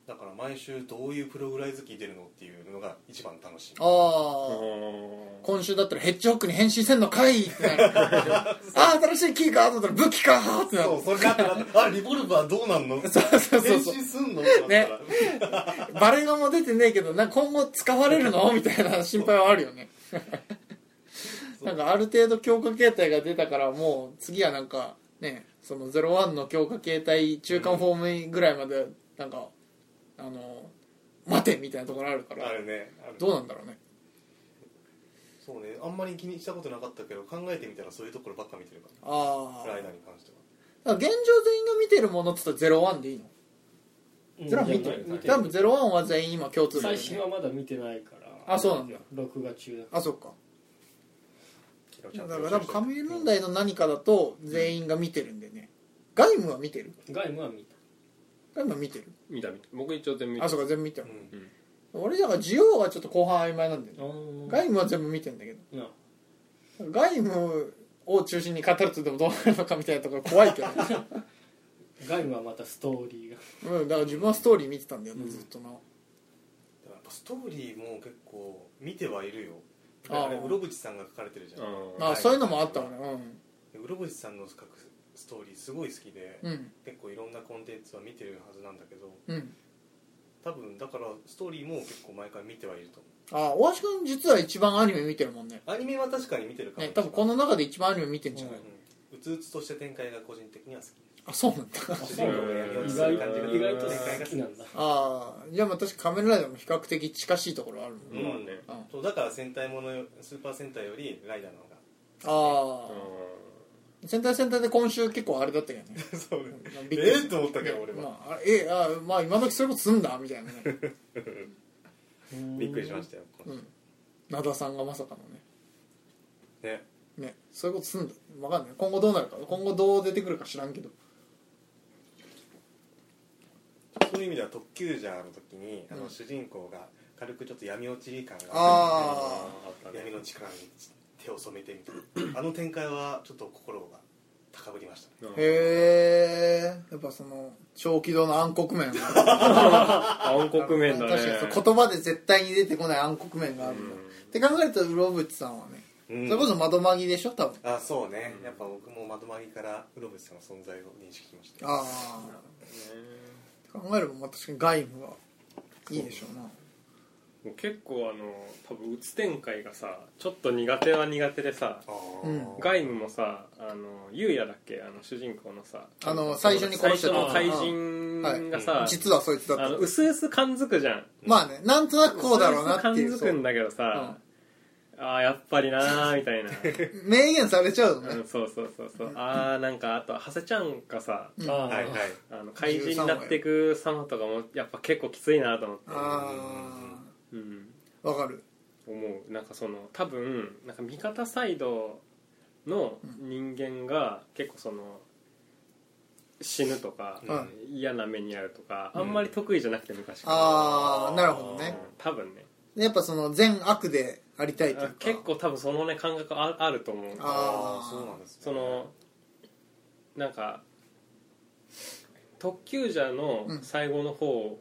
Speaker 4: だから毎週どういうプログライズ機出るのっていうのが一番楽し
Speaker 2: あ
Speaker 4: み
Speaker 2: ー今週だったらヘッジホックに変身せんのかいってな [LAUGHS] るああ新しいキーかと思ったら武器かーってなる
Speaker 4: そうそれだからあリボルバーどうなんの
Speaker 2: [LAUGHS] そうそうそう
Speaker 4: 変身
Speaker 2: そう
Speaker 4: すんのってなったら
Speaker 2: バレガも出てねえけどな今後使われるのみたいな心配はあるよねなんかある程度強化形態が出たからもう次はなんかねその01の強化形態中間フォームぐらいまでなんかあの待てみたいなところあるから
Speaker 4: あるねある
Speaker 2: どうなんだろうね
Speaker 4: そうねあんまり気にしたことなかったけど考えてみたらそういうところばっか見てるか
Speaker 2: あ
Speaker 4: ら
Speaker 2: あ
Speaker 4: ライダーに関しては
Speaker 2: 現状全員が見てるものっつったら01でいいの
Speaker 3: う
Speaker 2: [LAUGHS]
Speaker 3: ん
Speaker 2: それは見て
Speaker 3: じゃない
Speaker 2: 多分01は全員今共通だよ
Speaker 3: 最
Speaker 2: ね
Speaker 3: 新はまだ見てないから
Speaker 2: あそうなんだ
Speaker 3: 録画中だか
Speaker 2: あそっか
Speaker 4: キラちゃ
Speaker 2: だ
Speaker 4: ん
Speaker 2: から多分仮面問題の何かだと全員が見てるんでね外務は見てる
Speaker 3: ら外務は見た
Speaker 2: 外務は見てる
Speaker 1: 見た見た僕一応全部見た
Speaker 2: あそうか全部見て
Speaker 4: う
Speaker 2: る、
Speaker 4: ん
Speaker 2: 俺だから需要はちょっと後半曖昧なんだよね
Speaker 3: あー
Speaker 2: 外務は全部見てんだけど
Speaker 3: な
Speaker 2: 外務を中心に語るとでもどうなるのかみたいなところ怖いけど、ね、 [LAUGHS]
Speaker 3: 外務はまたストーリーが
Speaker 2: うんだから自分はストーリー見てたんだよね、
Speaker 3: うん
Speaker 2: ずっとな
Speaker 4: でもやっぱストーリーも結構見てはいるよ
Speaker 2: あー
Speaker 4: あれ室伏さんが書かれてるじゃん
Speaker 1: うん
Speaker 2: あ
Speaker 4: はい
Speaker 2: そういうのもあったもんね
Speaker 4: で室伏さんの書くストーリーすごい好きで、
Speaker 2: うんうん
Speaker 4: 結構いろんなコンテンツは見てるはずなんだけど
Speaker 2: うん
Speaker 4: 多分だからストーリーも結構毎回見てはいると思
Speaker 2: あ大橋君実は一番アニメ見てるもんね
Speaker 4: うアニメは確かに見てるかも
Speaker 2: ね多分この中で一番アニメ見てんじゃ
Speaker 4: う
Speaker 2: ない、
Speaker 4: んうつうつとした展開が個人的には好き
Speaker 2: あそうなん
Speaker 3: [LAUGHS]
Speaker 2: だ
Speaker 3: あ
Speaker 4: 主
Speaker 3: そ
Speaker 4: 人
Speaker 3: う
Speaker 4: 公が
Speaker 3: な
Speaker 4: や
Speaker 3: ん
Speaker 4: りや
Speaker 3: だ意
Speaker 4: すい感
Speaker 1: うん
Speaker 4: じが
Speaker 3: 外と意外と好きなんだ
Speaker 2: ああじゃあまあ確か仮面ライダーも比較的近しいところあるもんね、
Speaker 1: まあね
Speaker 2: うん
Speaker 4: そうだから戦隊ものよスーパー戦隊よりライダーの方が
Speaker 2: ああ、
Speaker 1: う
Speaker 2: 戦隊戦隊で今週結構あれだったけどね
Speaker 4: [LAUGHS] そうね
Speaker 2: びっくり
Speaker 4: え
Speaker 2: し
Speaker 4: っと思ったけど俺は、
Speaker 2: まあ、あえあまあ今時そういうことすんだみたいなね
Speaker 4: びっくりしましたよ、
Speaker 2: うん灘さんがまさかのね
Speaker 4: ね
Speaker 2: ねそういうことすんだ分かんない今後どうなるか今後どう出てくるか知らんけど
Speaker 4: そういう意味では特急ジャーの時にあ
Speaker 2: う
Speaker 4: の
Speaker 2: ん
Speaker 4: 主人公が軽くちょっと闇落ち感が
Speaker 2: あ
Speaker 1: ー
Speaker 4: 闇の力に手を染めてみたいなあの展開はちょっと心が高ぶりましたね
Speaker 1: ん
Speaker 2: へえやっぱその小気道の暗黒面
Speaker 1: 暗黒面だね
Speaker 2: 確かにそう言葉で絶対に出てこない暗黒面があるんだ、
Speaker 1: うん
Speaker 2: って考えるとウロブチさんはね、
Speaker 4: うん
Speaker 2: それこそ窓マギでしょ多分
Speaker 4: あそうね、やっぱ僕も窓マギからウロブスさんの存在を認識しました
Speaker 2: ああ考えればまあ確かに外務はいいでしょうな
Speaker 1: もう結構あの多分うつ展開がさちょっと苦手は苦手でさ
Speaker 4: あー
Speaker 2: うん
Speaker 1: 外務もさあのゆうやだっけあの主人公のさ
Speaker 2: あの最初に殺して
Speaker 1: 最
Speaker 2: た
Speaker 1: 初の怪人がさ、
Speaker 2: 実はそいつだった
Speaker 1: あのうすうす感づくじゃん
Speaker 2: まあねなんとなくこうだろうなっていう
Speaker 1: 薄々感づくんだけどさ、ああやっぱりなーみた
Speaker 2: [LAUGHS]
Speaker 1: いな
Speaker 2: 明言されちゃうの
Speaker 1: う
Speaker 2: ね
Speaker 1: んそうそうそうそうああなんかあと長谷ちゃんがさ
Speaker 2: うん
Speaker 3: ああ
Speaker 4: はいはい
Speaker 1: あの怪人になってく様とかもやっぱ結構きついなと思って
Speaker 2: あ
Speaker 1: うん
Speaker 2: あわかる
Speaker 1: 思うなんかその多分なんか味方サイドの人間が結構その死ぬとか、
Speaker 2: うん
Speaker 1: 嫌な目に遭うとか、
Speaker 4: うん
Speaker 1: あんまり得意じゃなくて昔から
Speaker 2: ああなるほど
Speaker 1: うん
Speaker 2: ね
Speaker 1: 多分ね
Speaker 2: やっぱその善悪でありたいという
Speaker 1: あ
Speaker 2: か
Speaker 1: 結構多分そのね感覚ああると思う
Speaker 2: あー
Speaker 4: あーそうなんですね
Speaker 1: そのなんか特急ジャーの
Speaker 2: うん
Speaker 1: 最後の方、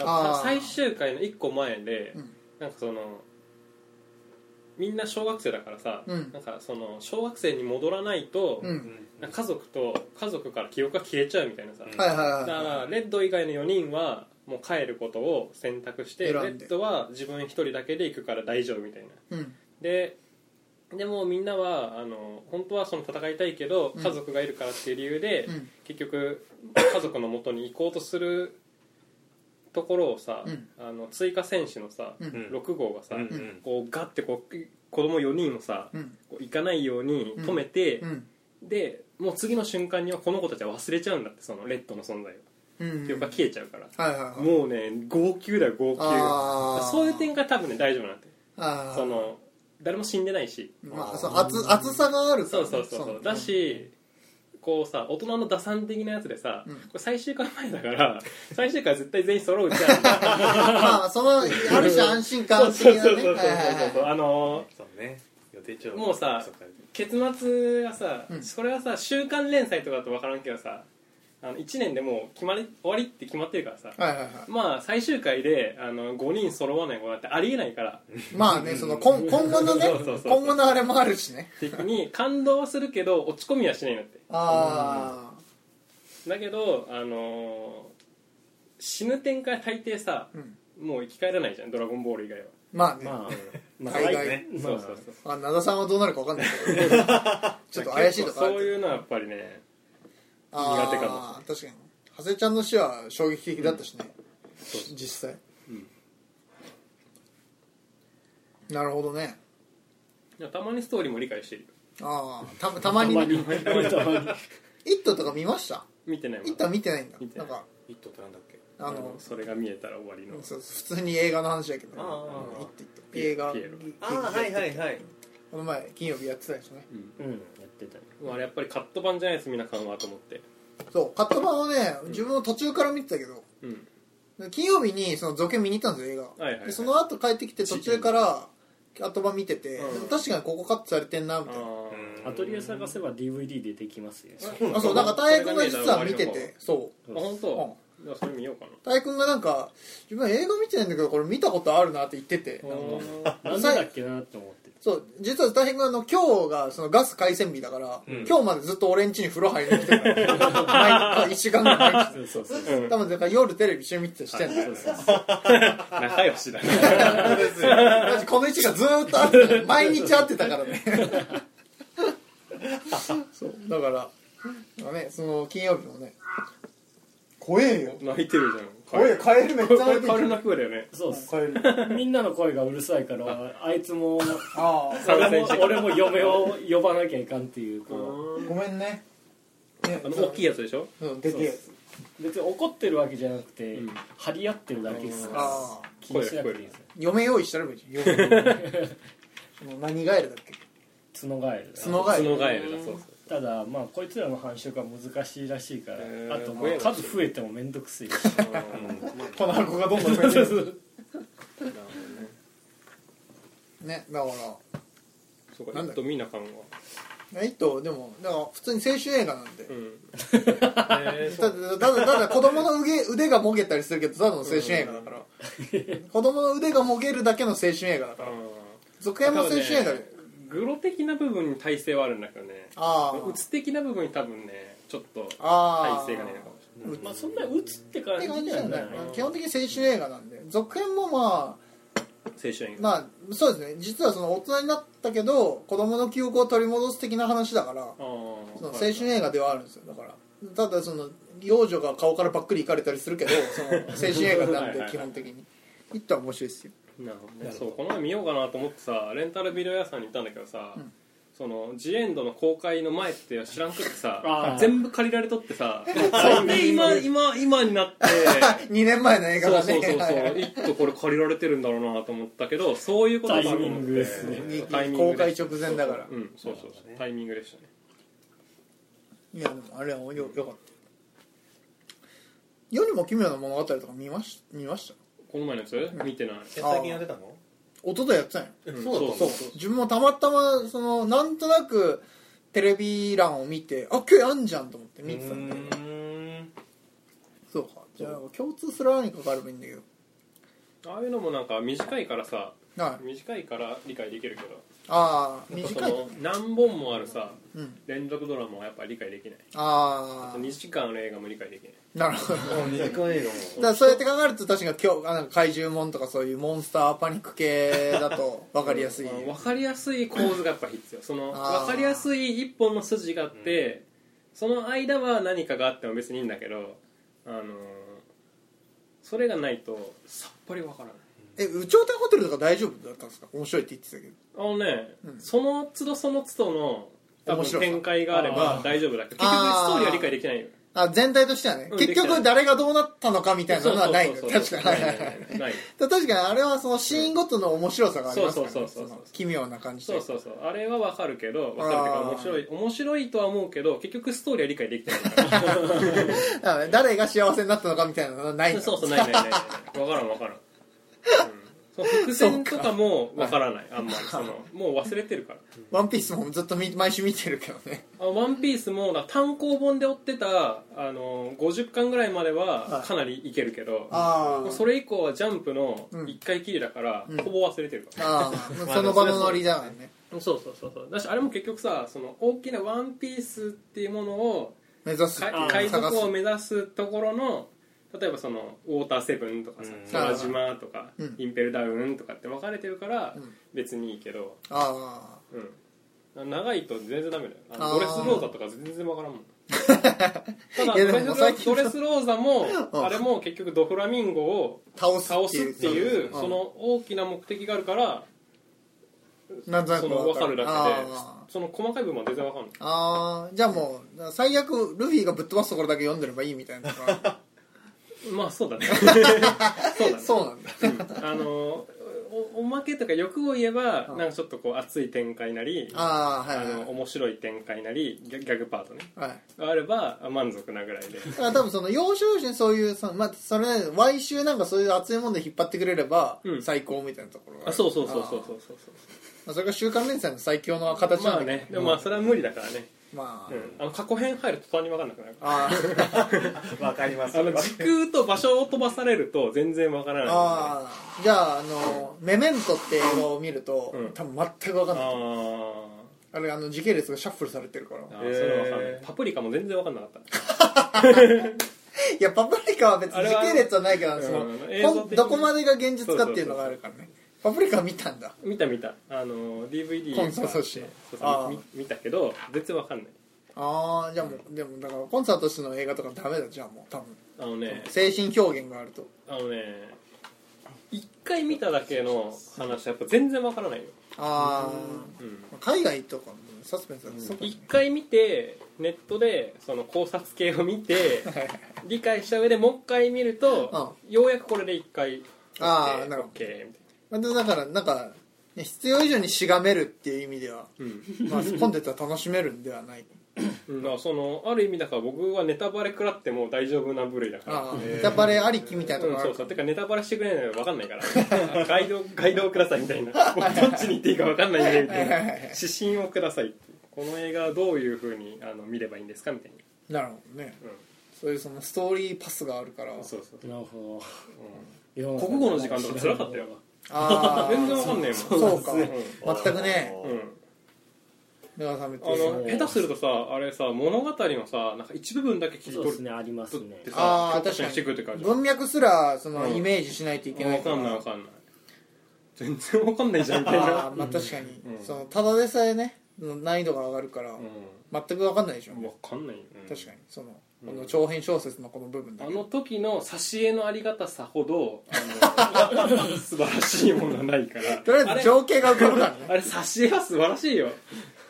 Speaker 2: あー
Speaker 1: 最終回の1個前で、
Speaker 2: うん
Speaker 1: なんかそのみんな小学生だからさ、
Speaker 2: うん
Speaker 1: なんかその小学生に戻らないと、
Speaker 2: う
Speaker 4: うんん
Speaker 1: なんか家族と家族から記憶が消えちゃうみたいなさ、
Speaker 4: うん
Speaker 2: はいはい
Speaker 1: だ
Speaker 2: はい
Speaker 1: からレッド以外の4人はもう帰ることを選択してレ
Speaker 2: 選んで
Speaker 1: ッドは自分一人だけで行くから大丈夫みたいな
Speaker 2: うん
Speaker 1: ででもみんなはあの本当はその戦いたいけど
Speaker 2: うん
Speaker 1: 家族がいるからっていう理由で、
Speaker 2: うん
Speaker 1: 結局家族の元に行こうとするところをさ、
Speaker 2: うん
Speaker 1: あの追加選手のさ、
Speaker 2: うん
Speaker 4: うん
Speaker 1: 6号がさ、
Speaker 4: うん
Speaker 1: こうガッてこう子供4人をさ、
Speaker 2: うん
Speaker 1: こう行かないように止めて、
Speaker 2: うん
Speaker 1: でもう次の瞬間にはこの子たちは忘れちゃうんだってそのレッドの存在を
Speaker 2: うん
Speaker 1: 記憶が消えちゃうから、
Speaker 2: はいはいはい
Speaker 1: もうね号泣だよ号
Speaker 2: あー
Speaker 1: 泣そういう点が多分ね大丈夫なんて
Speaker 2: ああ
Speaker 1: その誰も死んでないし
Speaker 2: まあ、そう厚厚さがあるか
Speaker 1: そ
Speaker 2: ら
Speaker 1: う
Speaker 2: ね
Speaker 1: そうそうそう
Speaker 2: の
Speaker 1: だしこうさ大人の打算的なやつでさ、
Speaker 2: うん
Speaker 1: これ最終回前だ
Speaker 2: [LAUGHS]
Speaker 1: から最終回絶対全員揃うじゃん
Speaker 2: まあそのある種安心
Speaker 1: そ
Speaker 2: 感
Speaker 1: う
Speaker 2: 的
Speaker 1: そう [LAUGHS] そうそうそう
Speaker 2: なねはいはい
Speaker 1: そう
Speaker 2: はい
Speaker 1: あのー
Speaker 4: そうね予定調
Speaker 1: もうさ
Speaker 4: そっか
Speaker 1: 結末がさ、
Speaker 2: うん
Speaker 1: それはさ週刊連載とかだと分からんけどさあの1年でもう決まり終わりって決まってるからさ、
Speaker 2: はいはいは
Speaker 1: まあ最終回であの5人揃わない子だってありえない
Speaker 2: [LAUGHS]
Speaker 1: から
Speaker 2: いまあねその今今後のね
Speaker 1: [LAUGHS] そうそうそうそう
Speaker 2: 今後のあれもあるしね
Speaker 1: 的に感動はするけど落ち込みはしないんだって
Speaker 2: あ
Speaker 1: だけど、あのー死ぬ展開大抵さ
Speaker 2: あ、うん、
Speaker 1: もう生き返らないじゃん「ドラゴンボール」以外は、
Speaker 2: まあね、
Speaker 3: まあまあ
Speaker 2: 海外
Speaker 4: ね
Speaker 3: ま
Speaker 1: そ
Speaker 3: あ
Speaker 1: うそうそう
Speaker 2: まあ、名田さんはどうなるかわかんないけ
Speaker 1: [LAUGHS]
Speaker 2: どちょっと怪しいと
Speaker 1: 結構
Speaker 2: こあ
Speaker 1: そう
Speaker 2: る
Speaker 1: いうのはやっぱりね
Speaker 2: あ
Speaker 1: 苦手かも
Speaker 2: あ確かに長谷ちゃんの死は衝撃的だったしね、実際、
Speaker 1: うん
Speaker 2: なるほどね
Speaker 1: いやたまにストーリーも理解してるよ
Speaker 2: ああたたまに、ね
Speaker 3: たまにた [LAUGHS] まに
Speaker 2: 「イット!」とか見ました
Speaker 1: 見てない
Speaker 2: 「
Speaker 1: も
Speaker 2: イッ
Speaker 1: ん
Speaker 2: ト!」は見てないんだ
Speaker 1: 見て
Speaker 2: な
Speaker 1: なんい
Speaker 2: か
Speaker 4: 「イット!」ってなんだっけ
Speaker 2: あ
Speaker 1: あの
Speaker 2: の
Speaker 1: それが見えたら終わりの
Speaker 2: そう普通に映画の話だけど「イ
Speaker 4: ああああ
Speaker 2: ット!」「映画
Speaker 1: ピエロ
Speaker 4: ああはいはいはい
Speaker 2: この前金曜日やってたでしょね
Speaker 3: うんやってたね
Speaker 1: うんあれやっぱりカット版じゃないですみんな買うわと思って
Speaker 2: そうカット版はね自分の途中から見てたけど
Speaker 1: うん
Speaker 2: 金曜日にその続編見に行ったんですよ映画、
Speaker 1: はいはいはい
Speaker 2: でその後帰ってきて途中からカット版見てて、
Speaker 1: うん
Speaker 2: 確かにここカットされてんなみ
Speaker 1: あ
Speaker 2: たいな
Speaker 1: ー
Speaker 3: アトリエ探せば DVD 出てきますよ
Speaker 2: あそうなんか大君が実は見
Speaker 1: それが見
Speaker 2: て
Speaker 1: え
Speaker 2: てそ
Speaker 1: あ本当
Speaker 2: う
Speaker 1: じゃあそれ見ようかな
Speaker 2: 大君がなんか自分は映画見てないんだけどこれ見たことあるなって言ってて
Speaker 3: なんでだっけなって思って
Speaker 2: そう実は大変があの今日がそのガス回線日だから、
Speaker 4: うん
Speaker 2: 今日までずっと俺ん家に風呂入りに来てた [LAUGHS] から1週間ぐらい毎日
Speaker 3: そうそうそう
Speaker 1: うん
Speaker 2: 多分だから夜テレビ一緒に見てたりしてんだよ
Speaker 3: そうそうそう
Speaker 1: 仲良しだ
Speaker 2: [LAUGHS]
Speaker 1: ね
Speaker 2: マジこの位置がずーっとあって毎日会ってたからね [LAUGHS] そうだからまあねその金曜日もね怖えよ
Speaker 1: 泣いてるじゃん
Speaker 2: 怖えよカエルめっちゃ
Speaker 1: こ
Speaker 2: 泣い
Speaker 1: れ
Speaker 2: て
Speaker 1: カエル
Speaker 2: る
Speaker 1: の声だよね
Speaker 3: そうっす
Speaker 2: カエル
Speaker 3: みんなの声がうるさいからあいつも
Speaker 2: あ
Speaker 3: 俺も俺も嫁を呼ばなきゃいかんっていうこ
Speaker 2: あごめんねね
Speaker 1: あの大きいやつでしょ
Speaker 2: うんでけえ
Speaker 3: う別に怒ってるわけじゃなくて
Speaker 1: うん
Speaker 3: 張り合ってるだけですから
Speaker 2: ああ
Speaker 3: 気にしなくていいです
Speaker 2: 嫁用意してればいいじゃん嫁そ [LAUGHS] の何ガエルだっけ
Speaker 3: 角ガエルだ
Speaker 2: 角ガエル
Speaker 1: 角ガエルだそうそう
Speaker 3: ただまあこいつらの繁殖は難しいらしいから、
Speaker 1: へー
Speaker 3: あとまあ数増えても面倒くせ
Speaker 1: [LAUGHS]
Speaker 3: えしそ
Speaker 2: この箱がどんどん増え
Speaker 3: う
Speaker 2: て
Speaker 3: そう
Speaker 2: る
Speaker 3: そう
Speaker 2: [LAUGHS] ねだから
Speaker 1: そうか
Speaker 2: な
Speaker 1: なんん
Speaker 2: だ
Speaker 1: と見なかんわ
Speaker 2: えっとでもだから普通に青春映画なんで、
Speaker 1: うん [LAUGHS] えー
Speaker 2: ただただただ子供の腕腕がもげたりするけどただの青春映画
Speaker 1: [LAUGHS]
Speaker 2: だから、子供の腕がもげるだけの青春映画だから続編も青春映画で、
Speaker 1: グロ的な部分に耐性はあるんだけどね
Speaker 2: ああ
Speaker 1: うつ的な部分に多分ねちょっと
Speaker 2: ああ
Speaker 1: 耐性がないのかもし
Speaker 2: うん
Speaker 3: まあそんな打つって感
Speaker 2: って感じ
Speaker 3: じじ
Speaker 2: な
Speaker 3: ゃ
Speaker 2: ん
Speaker 3: な
Speaker 2: だ
Speaker 3: い
Speaker 2: よ基本的に青春映画なんで続編もまあ
Speaker 1: れない青春映画
Speaker 2: まあそうですね実はその大人になったけど子供の記憶を取り戻す的な話だから
Speaker 1: あー
Speaker 2: その青春映画ではあるんですよだからただその幼女が顔からばっくりいかれたりするけどその青春映画なん
Speaker 1: はいはい
Speaker 2: で
Speaker 1: はい
Speaker 2: 基本的に「イット!」は面白いですよ
Speaker 1: なるほど
Speaker 3: な
Speaker 1: ね
Speaker 3: るほ
Speaker 1: そ
Speaker 3: ど
Speaker 1: うこの前見ようかなと思ってさレンタルビデオ屋さんに行ったんだけどさ、
Speaker 2: うん
Speaker 1: そのジエンドの公開の前って知らんくって
Speaker 3: あ
Speaker 1: さ
Speaker 3: ー
Speaker 1: 全部借りられとって
Speaker 2: [LAUGHS]
Speaker 1: さそれで今今今になって
Speaker 2: 2年前の映画
Speaker 1: そう
Speaker 2: が
Speaker 1: そ
Speaker 2: ね
Speaker 1: うそう
Speaker 2: はいは
Speaker 1: そ
Speaker 2: いう
Speaker 1: 一個これ借りられてるんだろうなと思ったけどそういうことだと思って
Speaker 3: タイミングですね
Speaker 1: うんタイミング
Speaker 2: 公開
Speaker 1: で
Speaker 2: 直前だから
Speaker 1: うんそうそうそうタイミングでしたね
Speaker 2: [LAUGHS] いやでもあれはよよかった世にも奇妙な物語とか見まし見ました
Speaker 1: この前のやつ見てない
Speaker 4: え最近やってたの
Speaker 2: 一昨日やってたんよ
Speaker 4: え
Speaker 1: うん
Speaker 4: そうだった
Speaker 1: そ
Speaker 4: の
Speaker 1: うそう
Speaker 2: 自分もたまたまそのなんとなくテレビ欄を見てあ今日やんじゃんと思って
Speaker 4: う
Speaker 2: 見てたんだけど
Speaker 4: ーん
Speaker 2: そうかじゃあなんか共通する何かがあればいいんだけど
Speaker 1: ああいうのもなんか短いからさ
Speaker 2: はい
Speaker 1: 短いから理解できるけど
Speaker 2: ああ
Speaker 1: なんか
Speaker 2: 短い
Speaker 1: その何本もあるさ
Speaker 2: うん
Speaker 1: 連続ドラマはやっぱ理解できない
Speaker 2: あ
Speaker 1: 2時間の映画も理解できない
Speaker 2: あなるほどだか
Speaker 4: 二時間映画も
Speaker 2: らそうやって考えると確か今日あなんか怪獣もんとかそういうモンスターパニック系だと分かりやすい
Speaker 1: 分かりやすい構図がやっぱ必要その
Speaker 2: あー
Speaker 1: 分かりやすい一本の筋があって、その間は何かがあっても別にいいんだけどあのーそれがないとさっぱり分からない
Speaker 2: え宇宙天ホテルとか大丈夫だったんですか面白いって言ってたけど
Speaker 1: あのね、
Speaker 2: うん
Speaker 1: その都度その都度の多
Speaker 2: 面
Speaker 1: 分
Speaker 2: 白さ
Speaker 1: 展開があれば
Speaker 3: あー
Speaker 1: 大丈夫だけど結局
Speaker 2: あー
Speaker 1: ストーリーは理解できないよ
Speaker 2: あ全体としてはね、
Speaker 1: うん
Speaker 2: 結局誰がどうなったのかみたいなのはないの
Speaker 1: そう
Speaker 2: 確
Speaker 1: そうそう
Speaker 2: かに
Speaker 1: そう
Speaker 2: はいはいは
Speaker 1: ない
Speaker 2: [LAUGHS]
Speaker 1: いない
Speaker 2: 確かにあれはそのシーンごとの面白さがありますから、ね、
Speaker 1: そうそうそうそう
Speaker 2: の奇妙な感じとい
Speaker 1: そう
Speaker 2: うか
Speaker 1: そうそうあれは分かるけど分かるっていう
Speaker 2: あ
Speaker 1: か
Speaker 2: ー
Speaker 1: 面白い面白いとは思うけど結局ストーリーは理解できてないから
Speaker 2: だからね誰が幸せになったのかみたいなのはないの
Speaker 1: そうそうないないないない分からん分からん、うんそう伏線とかも分からないあんまりそのもう忘れてるから
Speaker 2: ワンピースもずっと見毎週見てるけどね
Speaker 1: あ「ワンピースもだから単行本で追ってたあの50巻ぐらいまで
Speaker 2: は
Speaker 1: はいかなりいけるけど、
Speaker 2: あ
Speaker 1: もう
Speaker 2: ー
Speaker 1: それ以降はジャンプの
Speaker 2: うん
Speaker 1: 1回きりだから、
Speaker 2: うん
Speaker 1: ほぼ忘れてるから、
Speaker 2: あーその場のノリだからね
Speaker 1: そうそうそうそうだしあれも結局さその大きな「ワンピースっていうものを
Speaker 2: 目指すってい
Speaker 1: か
Speaker 2: うのを
Speaker 1: 海
Speaker 2: 探
Speaker 1: 賊
Speaker 2: す
Speaker 1: を目指すところの例えばそのウォーターセブンとかさ
Speaker 4: うん
Speaker 1: 空島とか
Speaker 2: うん
Speaker 1: インペルダウンとかって分かれてるから
Speaker 2: ん
Speaker 1: 別にいいけど、
Speaker 2: あ
Speaker 1: うん、長いと全然ダメだよあの
Speaker 2: あー
Speaker 1: ドレスローザとか全然分からんもん
Speaker 2: [LAUGHS]
Speaker 1: ただ
Speaker 2: いや
Speaker 1: ド
Speaker 2: で
Speaker 1: レ
Speaker 2: も
Speaker 1: ス
Speaker 2: 最近
Speaker 1: ロドレスローザも
Speaker 2: うん
Speaker 1: あれも結局ドフラミンゴを
Speaker 2: あ倒す
Speaker 1: 倒すっていう
Speaker 2: うん
Speaker 1: その大きな目的があるから
Speaker 2: なんとな
Speaker 1: そ
Speaker 2: く
Speaker 1: の分かるだけで
Speaker 2: あー
Speaker 1: その細かい部分は全然分かんない
Speaker 2: あーじゃあもう最悪ルフィがぶっ飛ばすところだけ読んでればいいみたいなとか
Speaker 1: まあそうだね [LAUGHS] そうだね
Speaker 2: そうなんだ
Speaker 1: あのおおまけとか欲を言えば、なんかちょっとこう熱い展開なり
Speaker 2: ああ
Speaker 1: あ
Speaker 2: はいはい
Speaker 1: の面白い展開なりギャギャグパートね
Speaker 2: はい
Speaker 1: があればあ満足なぐらいで
Speaker 2: だから多分その要所要所にそういうその、まあ、それ毎週なんかそういう熱いもんで引っ張ってくれれば
Speaker 1: うん
Speaker 2: 最高みたいなところがる
Speaker 1: あそうそうそうそうそうそう
Speaker 2: あーそれが週刊連載の最強の
Speaker 1: そう
Speaker 2: 形
Speaker 1: ま
Speaker 2: な
Speaker 1: あ
Speaker 2: んだ
Speaker 1: ね
Speaker 2: け
Speaker 1: で
Speaker 2: ど
Speaker 1: もまあそれは無理だからね、
Speaker 2: まあ、
Speaker 1: うん、あの過去編入ると途端に分かんなくなるから
Speaker 2: あー
Speaker 4: わかります
Speaker 1: あの時空と場所を飛ばされると全然分からないあ
Speaker 2: あーじゃああの「メメント」って映画を見ると、
Speaker 1: うん
Speaker 2: 多分全く分か
Speaker 1: あ
Speaker 2: んない
Speaker 1: ー
Speaker 2: あれあの時系列がシャッフルされてるから
Speaker 1: あーそれは分かんない、
Speaker 4: へー
Speaker 1: パプリカも全然分かんなかった
Speaker 2: いやパプリカは別に時系列はないけど
Speaker 1: ん
Speaker 2: その、
Speaker 1: 映
Speaker 2: ほ
Speaker 1: 像
Speaker 2: ん
Speaker 1: 的に
Speaker 2: どこまでが現実かっていうのがあるからねパプリカは見たんだ
Speaker 1: 見た見たあの DVD
Speaker 2: コンサートとして
Speaker 1: そう
Speaker 2: あ
Speaker 1: そう
Speaker 2: ー
Speaker 1: み見たけど全然分かんない
Speaker 2: ああじゃあもうでもだからコンサートとしての映画とかダメだじゃあもう多分
Speaker 1: あのね
Speaker 2: 精神表現があると
Speaker 1: あのね一回見ただけの話はやっぱ全然わからないよ、
Speaker 2: あ
Speaker 1: う
Speaker 2: あ海外とかもサスペンスだとそうかも
Speaker 1: 一
Speaker 2: し
Speaker 1: 回見てネットでその考察系を見
Speaker 2: [LAUGHS]
Speaker 1: て
Speaker 2: れない
Speaker 1: 理解した上でもう一回見ると、ようやくこれで一回
Speaker 2: あーなるほど
Speaker 1: OK みたい
Speaker 2: [LAUGHS] まあでもだからなんかね必要以上にしがめるっていう意味では、
Speaker 1: な、 [LAUGHS]
Speaker 2: まあ、コンテンツは楽しめるんではない
Speaker 1: うん、だからそのある意味だから僕はネタバレ食らっても大丈夫な部類だから
Speaker 2: ああネタバレありきみたいなと
Speaker 1: うん、
Speaker 2: ころあ
Speaker 1: そう
Speaker 2: るか
Speaker 1: そう
Speaker 2: ら
Speaker 1: てかネタバレしてくれないの分かんないから
Speaker 2: [LAUGHS]
Speaker 1: ガイドガイドをくださいみたいな僕どっちに行っていいか分かんないんでみたいな指針をくださいっていうこの映画はどういうふうにあの見ればいいんですかみたいな
Speaker 2: なるほどね、
Speaker 1: うん
Speaker 2: そういうそのストーリーパスがあるから
Speaker 1: そうそう
Speaker 3: なるほ
Speaker 1: う
Speaker 3: ど
Speaker 1: 国語の時間とか辛かったよ
Speaker 2: ああ
Speaker 1: ん全然わかんねえもん
Speaker 2: そうそうか [LAUGHS] 全くね
Speaker 1: うんうん
Speaker 2: 目が覚め
Speaker 1: あ
Speaker 2: て
Speaker 1: の
Speaker 3: そう
Speaker 1: 下手するとさあれさ物語のさなんか一部分だけ切り
Speaker 3: そう
Speaker 1: 取
Speaker 3: です
Speaker 1: る
Speaker 3: ねありますね
Speaker 1: ってさ
Speaker 2: ああ
Speaker 1: 教科
Speaker 2: 確
Speaker 1: 書
Speaker 2: か
Speaker 1: にしてくるって感
Speaker 2: に
Speaker 1: じ
Speaker 2: 文脈すらその
Speaker 1: うん
Speaker 2: イメージしないといけない
Speaker 1: 分
Speaker 2: から
Speaker 1: かんない分かんない全然分かんないじゃんみたい
Speaker 2: あ
Speaker 1: な
Speaker 2: あまあ確かに、
Speaker 1: うん
Speaker 2: そのただでさえね難易度が上がるから、
Speaker 1: う
Speaker 2: 全く分かんないでしょ、
Speaker 1: ん分かんないよ
Speaker 2: 確かにそのあの長編小説のこの部分だ
Speaker 1: あ
Speaker 2: けど
Speaker 1: の時の挿絵のありがたさほどあ
Speaker 2: [LAUGHS]
Speaker 1: の素晴らしいものはないから
Speaker 2: とりあえず情景が浮かぶからね
Speaker 1: あれ挿絵は素晴らしいよ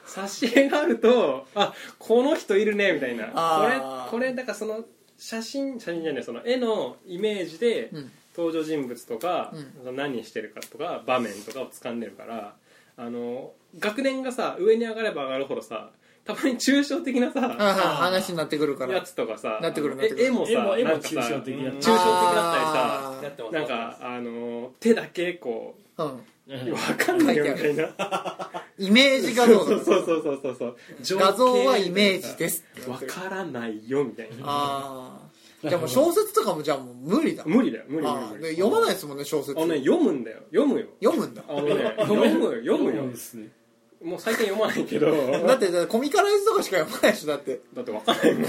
Speaker 1: 挿絵があるとあこの人いるねみたいな
Speaker 2: あー
Speaker 1: これこれだからその写真写真じゃないその絵のイメージで
Speaker 2: うん
Speaker 1: 登場人物とか、
Speaker 2: うん
Speaker 1: その何してるかとか場面とかを掴んでるからあの学年がさ上に上がれば上がるほどさたまに抽象的な
Speaker 2: あ
Speaker 1: さ
Speaker 2: あ話になってくるか
Speaker 1: や
Speaker 2: ら
Speaker 1: つとかさ
Speaker 2: なってくる
Speaker 1: あの
Speaker 2: なってくる
Speaker 1: 絵もさ
Speaker 3: 絵も絵も
Speaker 1: なんかさ
Speaker 3: 抽象的だ
Speaker 1: うん抽象
Speaker 3: った
Speaker 1: 的だったり
Speaker 2: あ
Speaker 1: さ
Speaker 2: ー
Speaker 4: やってます
Speaker 1: なんかあの手だけこう
Speaker 2: うん
Speaker 1: わかんないよみたいな
Speaker 2: イメージ画
Speaker 1: そ
Speaker 2: 像
Speaker 1: うそうそうそうそうそう情景
Speaker 2: 画像はイメージですって
Speaker 1: わからないよみたいな
Speaker 2: ああじゃあもう小説とかもじゃあもう無理だ
Speaker 1: 無理だよ無理
Speaker 2: あ
Speaker 1: 無
Speaker 2: ー
Speaker 1: 理無
Speaker 2: で
Speaker 1: 理
Speaker 2: 読まないですもんね小説
Speaker 1: あのね読むんだよ読むよ
Speaker 2: 読むんだ
Speaker 1: あのね読むよ読むよ
Speaker 3: ですね
Speaker 1: もう最近読まないけど
Speaker 2: だってだってコミカライズとかしか読まないでしょだって
Speaker 1: だってわかんないもん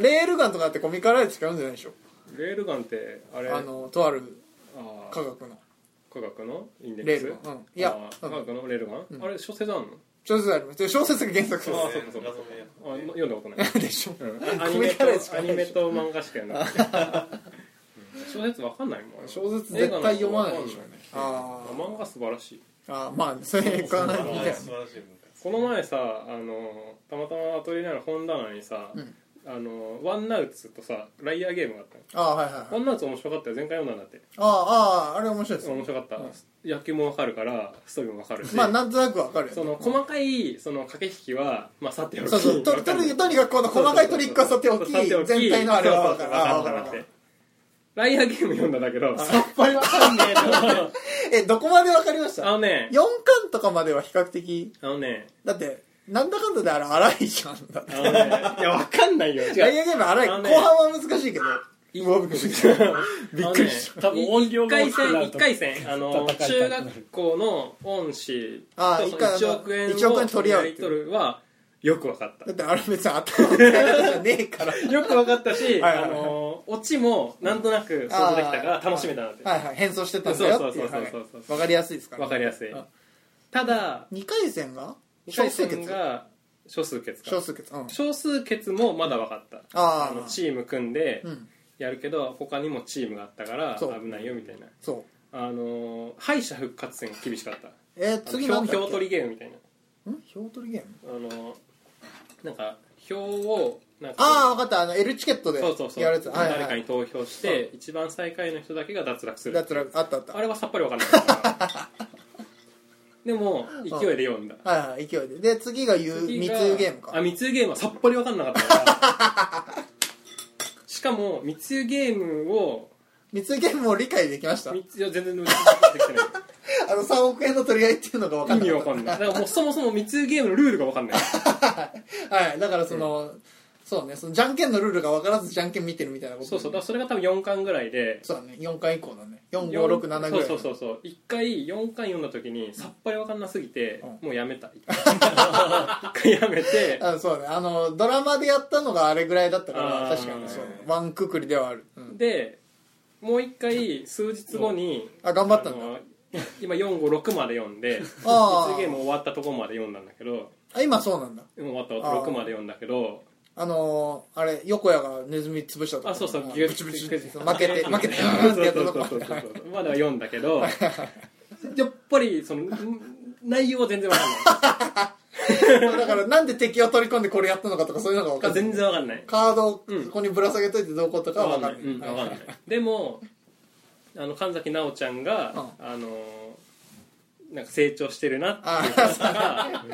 Speaker 2: レールガンとかだってコミカライズしか読んでないでしょ
Speaker 1: レールガンってあれ
Speaker 2: あのとある
Speaker 1: あー
Speaker 2: 科学の
Speaker 1: 科学のインデ
Speaker 2: レ
Speaker 1: ッ
Speaker 2: ール
Speaker 1: クス
Speaker 2: ガンうんい
Speaker 1: い
Speaker 2: やう
Speaker 1: 科
Speaker 2: ん
Speaker 1: 学のレールガンあれ小説あんの
Speaker 2: 小説ありますで小説が原作
Speaker 1: あ
Speaker 4: あ
Speaker 1: ー
Speaker 4: ー
Speaker 1: そ
Speaker 4: そう
Speaker 1: かそ
Speaker 4: うかそうう
Speaker 1: か
Speaker 4: か
Speaker 1: あ読んだこと
Speaker 2: [LAUGHS]
Speaker 1: ない
Speaker 2: ですでしょ
Speaker 1: うんアニメ
Speaker 2: 組み替えるし
Speaker 1: と
Speaker 2: か
Speaker 1: ア
Speaker 2: な
Speaker 1: ニ
Speaker 2: いでしょ
Speaker 1: メと漫画しか
Speaker 2: [LAUGHS]
Speaker 1: 読んない小説わかんないもん
Speaker 2: 小説絶対読まないでしょうねあ
Speaker 1: 映画の方が漫画素晴らしい
Speaker 2: あああまあそれかな
Speaker 4: あ
Speaker 2: みたい
Speaker 4: ー
Speaker 2: な
Speaker 4: 素晴らしい文化です
Speaker 1: この前さあのたまたまアトリエの本棚にさ、
Speaker 2: うん
Speaker 1: あのワンナウツとさライアーゲームがあったの
Speaker 2: ああはいはいはい
Speaker 1: ワンナウツ面白かったよ前回読んだんだって
Speaker 2: あああああれ面白いです
Speaker 1: 面
Speaker 2: よ
Speaker 1: 白かった、野球もわかるからストーリーもわかるし、
Speaker 2: まあなんとなくわかるよね
Speaker 1: その細かいその駆け引きは、まあ、さておき
Speaker 2: そうそうと
Speaker 1: わか
Speaker 2: と
Speaker 1: る
Speaker 2: にとにかくこの細かいトリックはさておき
Speaker 1: そうそうそう
Speaker 2: 全体のあれはわ
Speaker 1: そうそ
Speaker 2: かる
Speaker 1: うそう
Speaker 2: ああ
Speaker 1: わ
Speaker 2: わか
Speaker 1: かる
Speaker 2: るわ
Speaker 1: わ
Speaker 2: か
Speaker 1: か
Speaker 2: る
Speaker 1: るライアーゲーム読んだんだけど
Speaker 2: さっぱりわかんねえなえどこまでわかりま
Speaker 1: [LAUGHS]
Speaker 2: し
Speaker 1: あ
Speaker 2: た
Speaker 1: のね
Speaker 2: 4巻とかまでは比較的
Speaker 1: あのね
Speaker 2: だってなんだかんだであれ荒いじゃんだって
Speaker 1: あのねいやわかんないよ違う
Speaker 2: ダイヤゲーム荒い
Speaker 1: あの
Speaker 2: 後
Speaker 1: ね
Speaker 2: 半は難しいけどうわびっくりしたびっくりした
Speaker 3: 多分音量
Speaker 1: 一
Speaker 3: が
Speaker 1: 回
Speaker 3: 大きく
Speaker 1: 戦
Speaker 3: なる
Speaker 1: 一
Speaker 3: と
Speaker 1: 回戦あの
Speaker 3: 戦い
Speaker 1: 中
Speaker 3: たくなる
Speaker 1: 学校の恩師
Speaker 2: あー
Speaker 1: と
Speaker 2: 一回あの
Speaker 1: 1億円を
Speaker 2: 一億円取り合うっていう
Speaker 1: 取るはよく分かった
Speaker 2: だってあれ別に頭の使い方じゃねえから
Speaker 1: よく分かった [LAUGHS] し
Speaker 2: はいはいは
Speaker 1: あ
Speaker 2: い
Speaker 1: のオチもなんとなく想像できたから楽しめたなって
Speaker 2: はいはい変装してたんだよってい
Speaker 1: そううそうそう
Speaker 2: はい
Speaker 1: そうそう
Speaker 2: わかりやすいですから
Speaker 1: 分かりやすい
Speaker 2: うん
Speaker 1: ただ
Speaker 2: 2回戦が
Speaker 1: 2
Speaker 2: 少
Speaker 1: 回
Speaker 2: 数
Speaker 1: 戦
Speaker 2: 決
Speaker 1: が少数決
Speaker 2: 少
Speaker 1: か
Speaker 2: 数決うん
Speaker 1: 少数決もまだ分かった
Speaker 2: あー
Speaker 1: のチーム組んで
Speaker 2: うん
Speaker 1: やるけど他にもチームがあったから
Speaker 2: そう
Speaker 1: 危ないよみたいな
Speaker 2: そう
Speaker 1: あの敗者復活戦厳しかった
Speaker 2: えー、次
Speaker 1: あの
Speaker 2: なんだっけ
Speaker 1: 票票取りゲームみたいなん
Speaker 2: 票取りゲーム
Speaker 1: あのなんか票をなんか
Speaker 2: ああ分かったあの L チケットで
Speaker 1: そうそうそう
Speaker 2: やるやつはい
Speaker 1: 誰
Speaker 2: は
Speaker 1: かに
Speaker 2: い
Speaker 1: 投票して一番最下位の人だけが脱落する
Speaker 2: だったらあったあった
Speaker 1: あれはさっぱりわかんなかったから [LAUGHS] でも勢いで読んだ
Speaker 2: はいはい勢いでで次がゆ
Speaker 1: 次
Speaker 2: 密
Speaker 1: が
Speaker 2: 輸ゲーム
Speaker 1: あ
Speaker 2: か
Speaker 1: 密輸ゲームはさっぱりわかんなかったからしかも密輸ゲームを
Speaker 2: 密輸ゲームも理解できました
Speaker 1: 密いや全然できて
Speaker 2: [LAUGHS]
Speaker 1: な
Speaker 2: あの3億円の取り合いっていうのが分か
Speaker 1: い
Speaker 2: ん
Speaker 1: 意
Speaker 2: ない
Speaker 1: 味わかんないだからもうそもそも密輸ゲームのルールがわかんない
Speaker 2: はいだからその、そうねそのじゃんけんのルールが分からずじゃんけん見てるみたいなこと
Speaker 1: そうそうだからそれが多分4巻ぐらいで
Speaker 2: そうだね4回以降だね4567ぐらい
Speaker 1: そ
Speaker 2: の
Speaker 1: うそうそうそう一回4巻読んだ時にさっぱりわかんなすぎて、もうやめた一回やめて
Speaker 2: あそうねあのドラマでやったのがあれぐらいだったから
Speaker 1: あー
Speaker 2: 確かにそうワンくくりではある、うん
Speaker 1: でもう一回数日後に
Speaker 2: あ頑張ったんだ
Speaker 1: あの今456まで読んで
Speaker 2: あー
Speaker 1: 実ゲーム終わったとこまで読んだんだけど
Speaker 2: あ今そうなんだ
Speaker 1: もう終わった終わった
Speaker 2: あー
Speaker 1: 6まで読んだけど
Speaker 2: あのー、あれ横谷がネズミ潰したとこ
Speaker 1: あそうそうギュッ
Speaker 2: ブチブチって
Speaker 1: ギュッ
Speaker 2: そう負けて負け
Speaker 1: [LAUGHS]
Speaker 2: て
Speaker 1: そう
Speaker 2: って
Speaker 1: そう
Speaker 2: やった
Speaker 1: そう
Speaker 2: とこ
Speaker 1: そうそうまでは読んだけどやっぱりそのん内容は全然わかんない
Speaker 2: [LAUGHS] だからなんで敵を取り込んでこれやったのかとかそういうのが分か
Speaker 1: あ
Speaker 2: んない
Speaker 1: 全然わかんない
Speaker 2: カードをこ
Speaker 1: うん
Speaker 2: こにぶら下げといてどうこうとかは
Speaker 1: わ
Speaker 2: 分かんない、
Speaker 1: うん、わかんない
Speaker 2: は
Speaker 1: でもあの神崎直ちゃんが、あのーなんか成長してるなっていう感じとかあ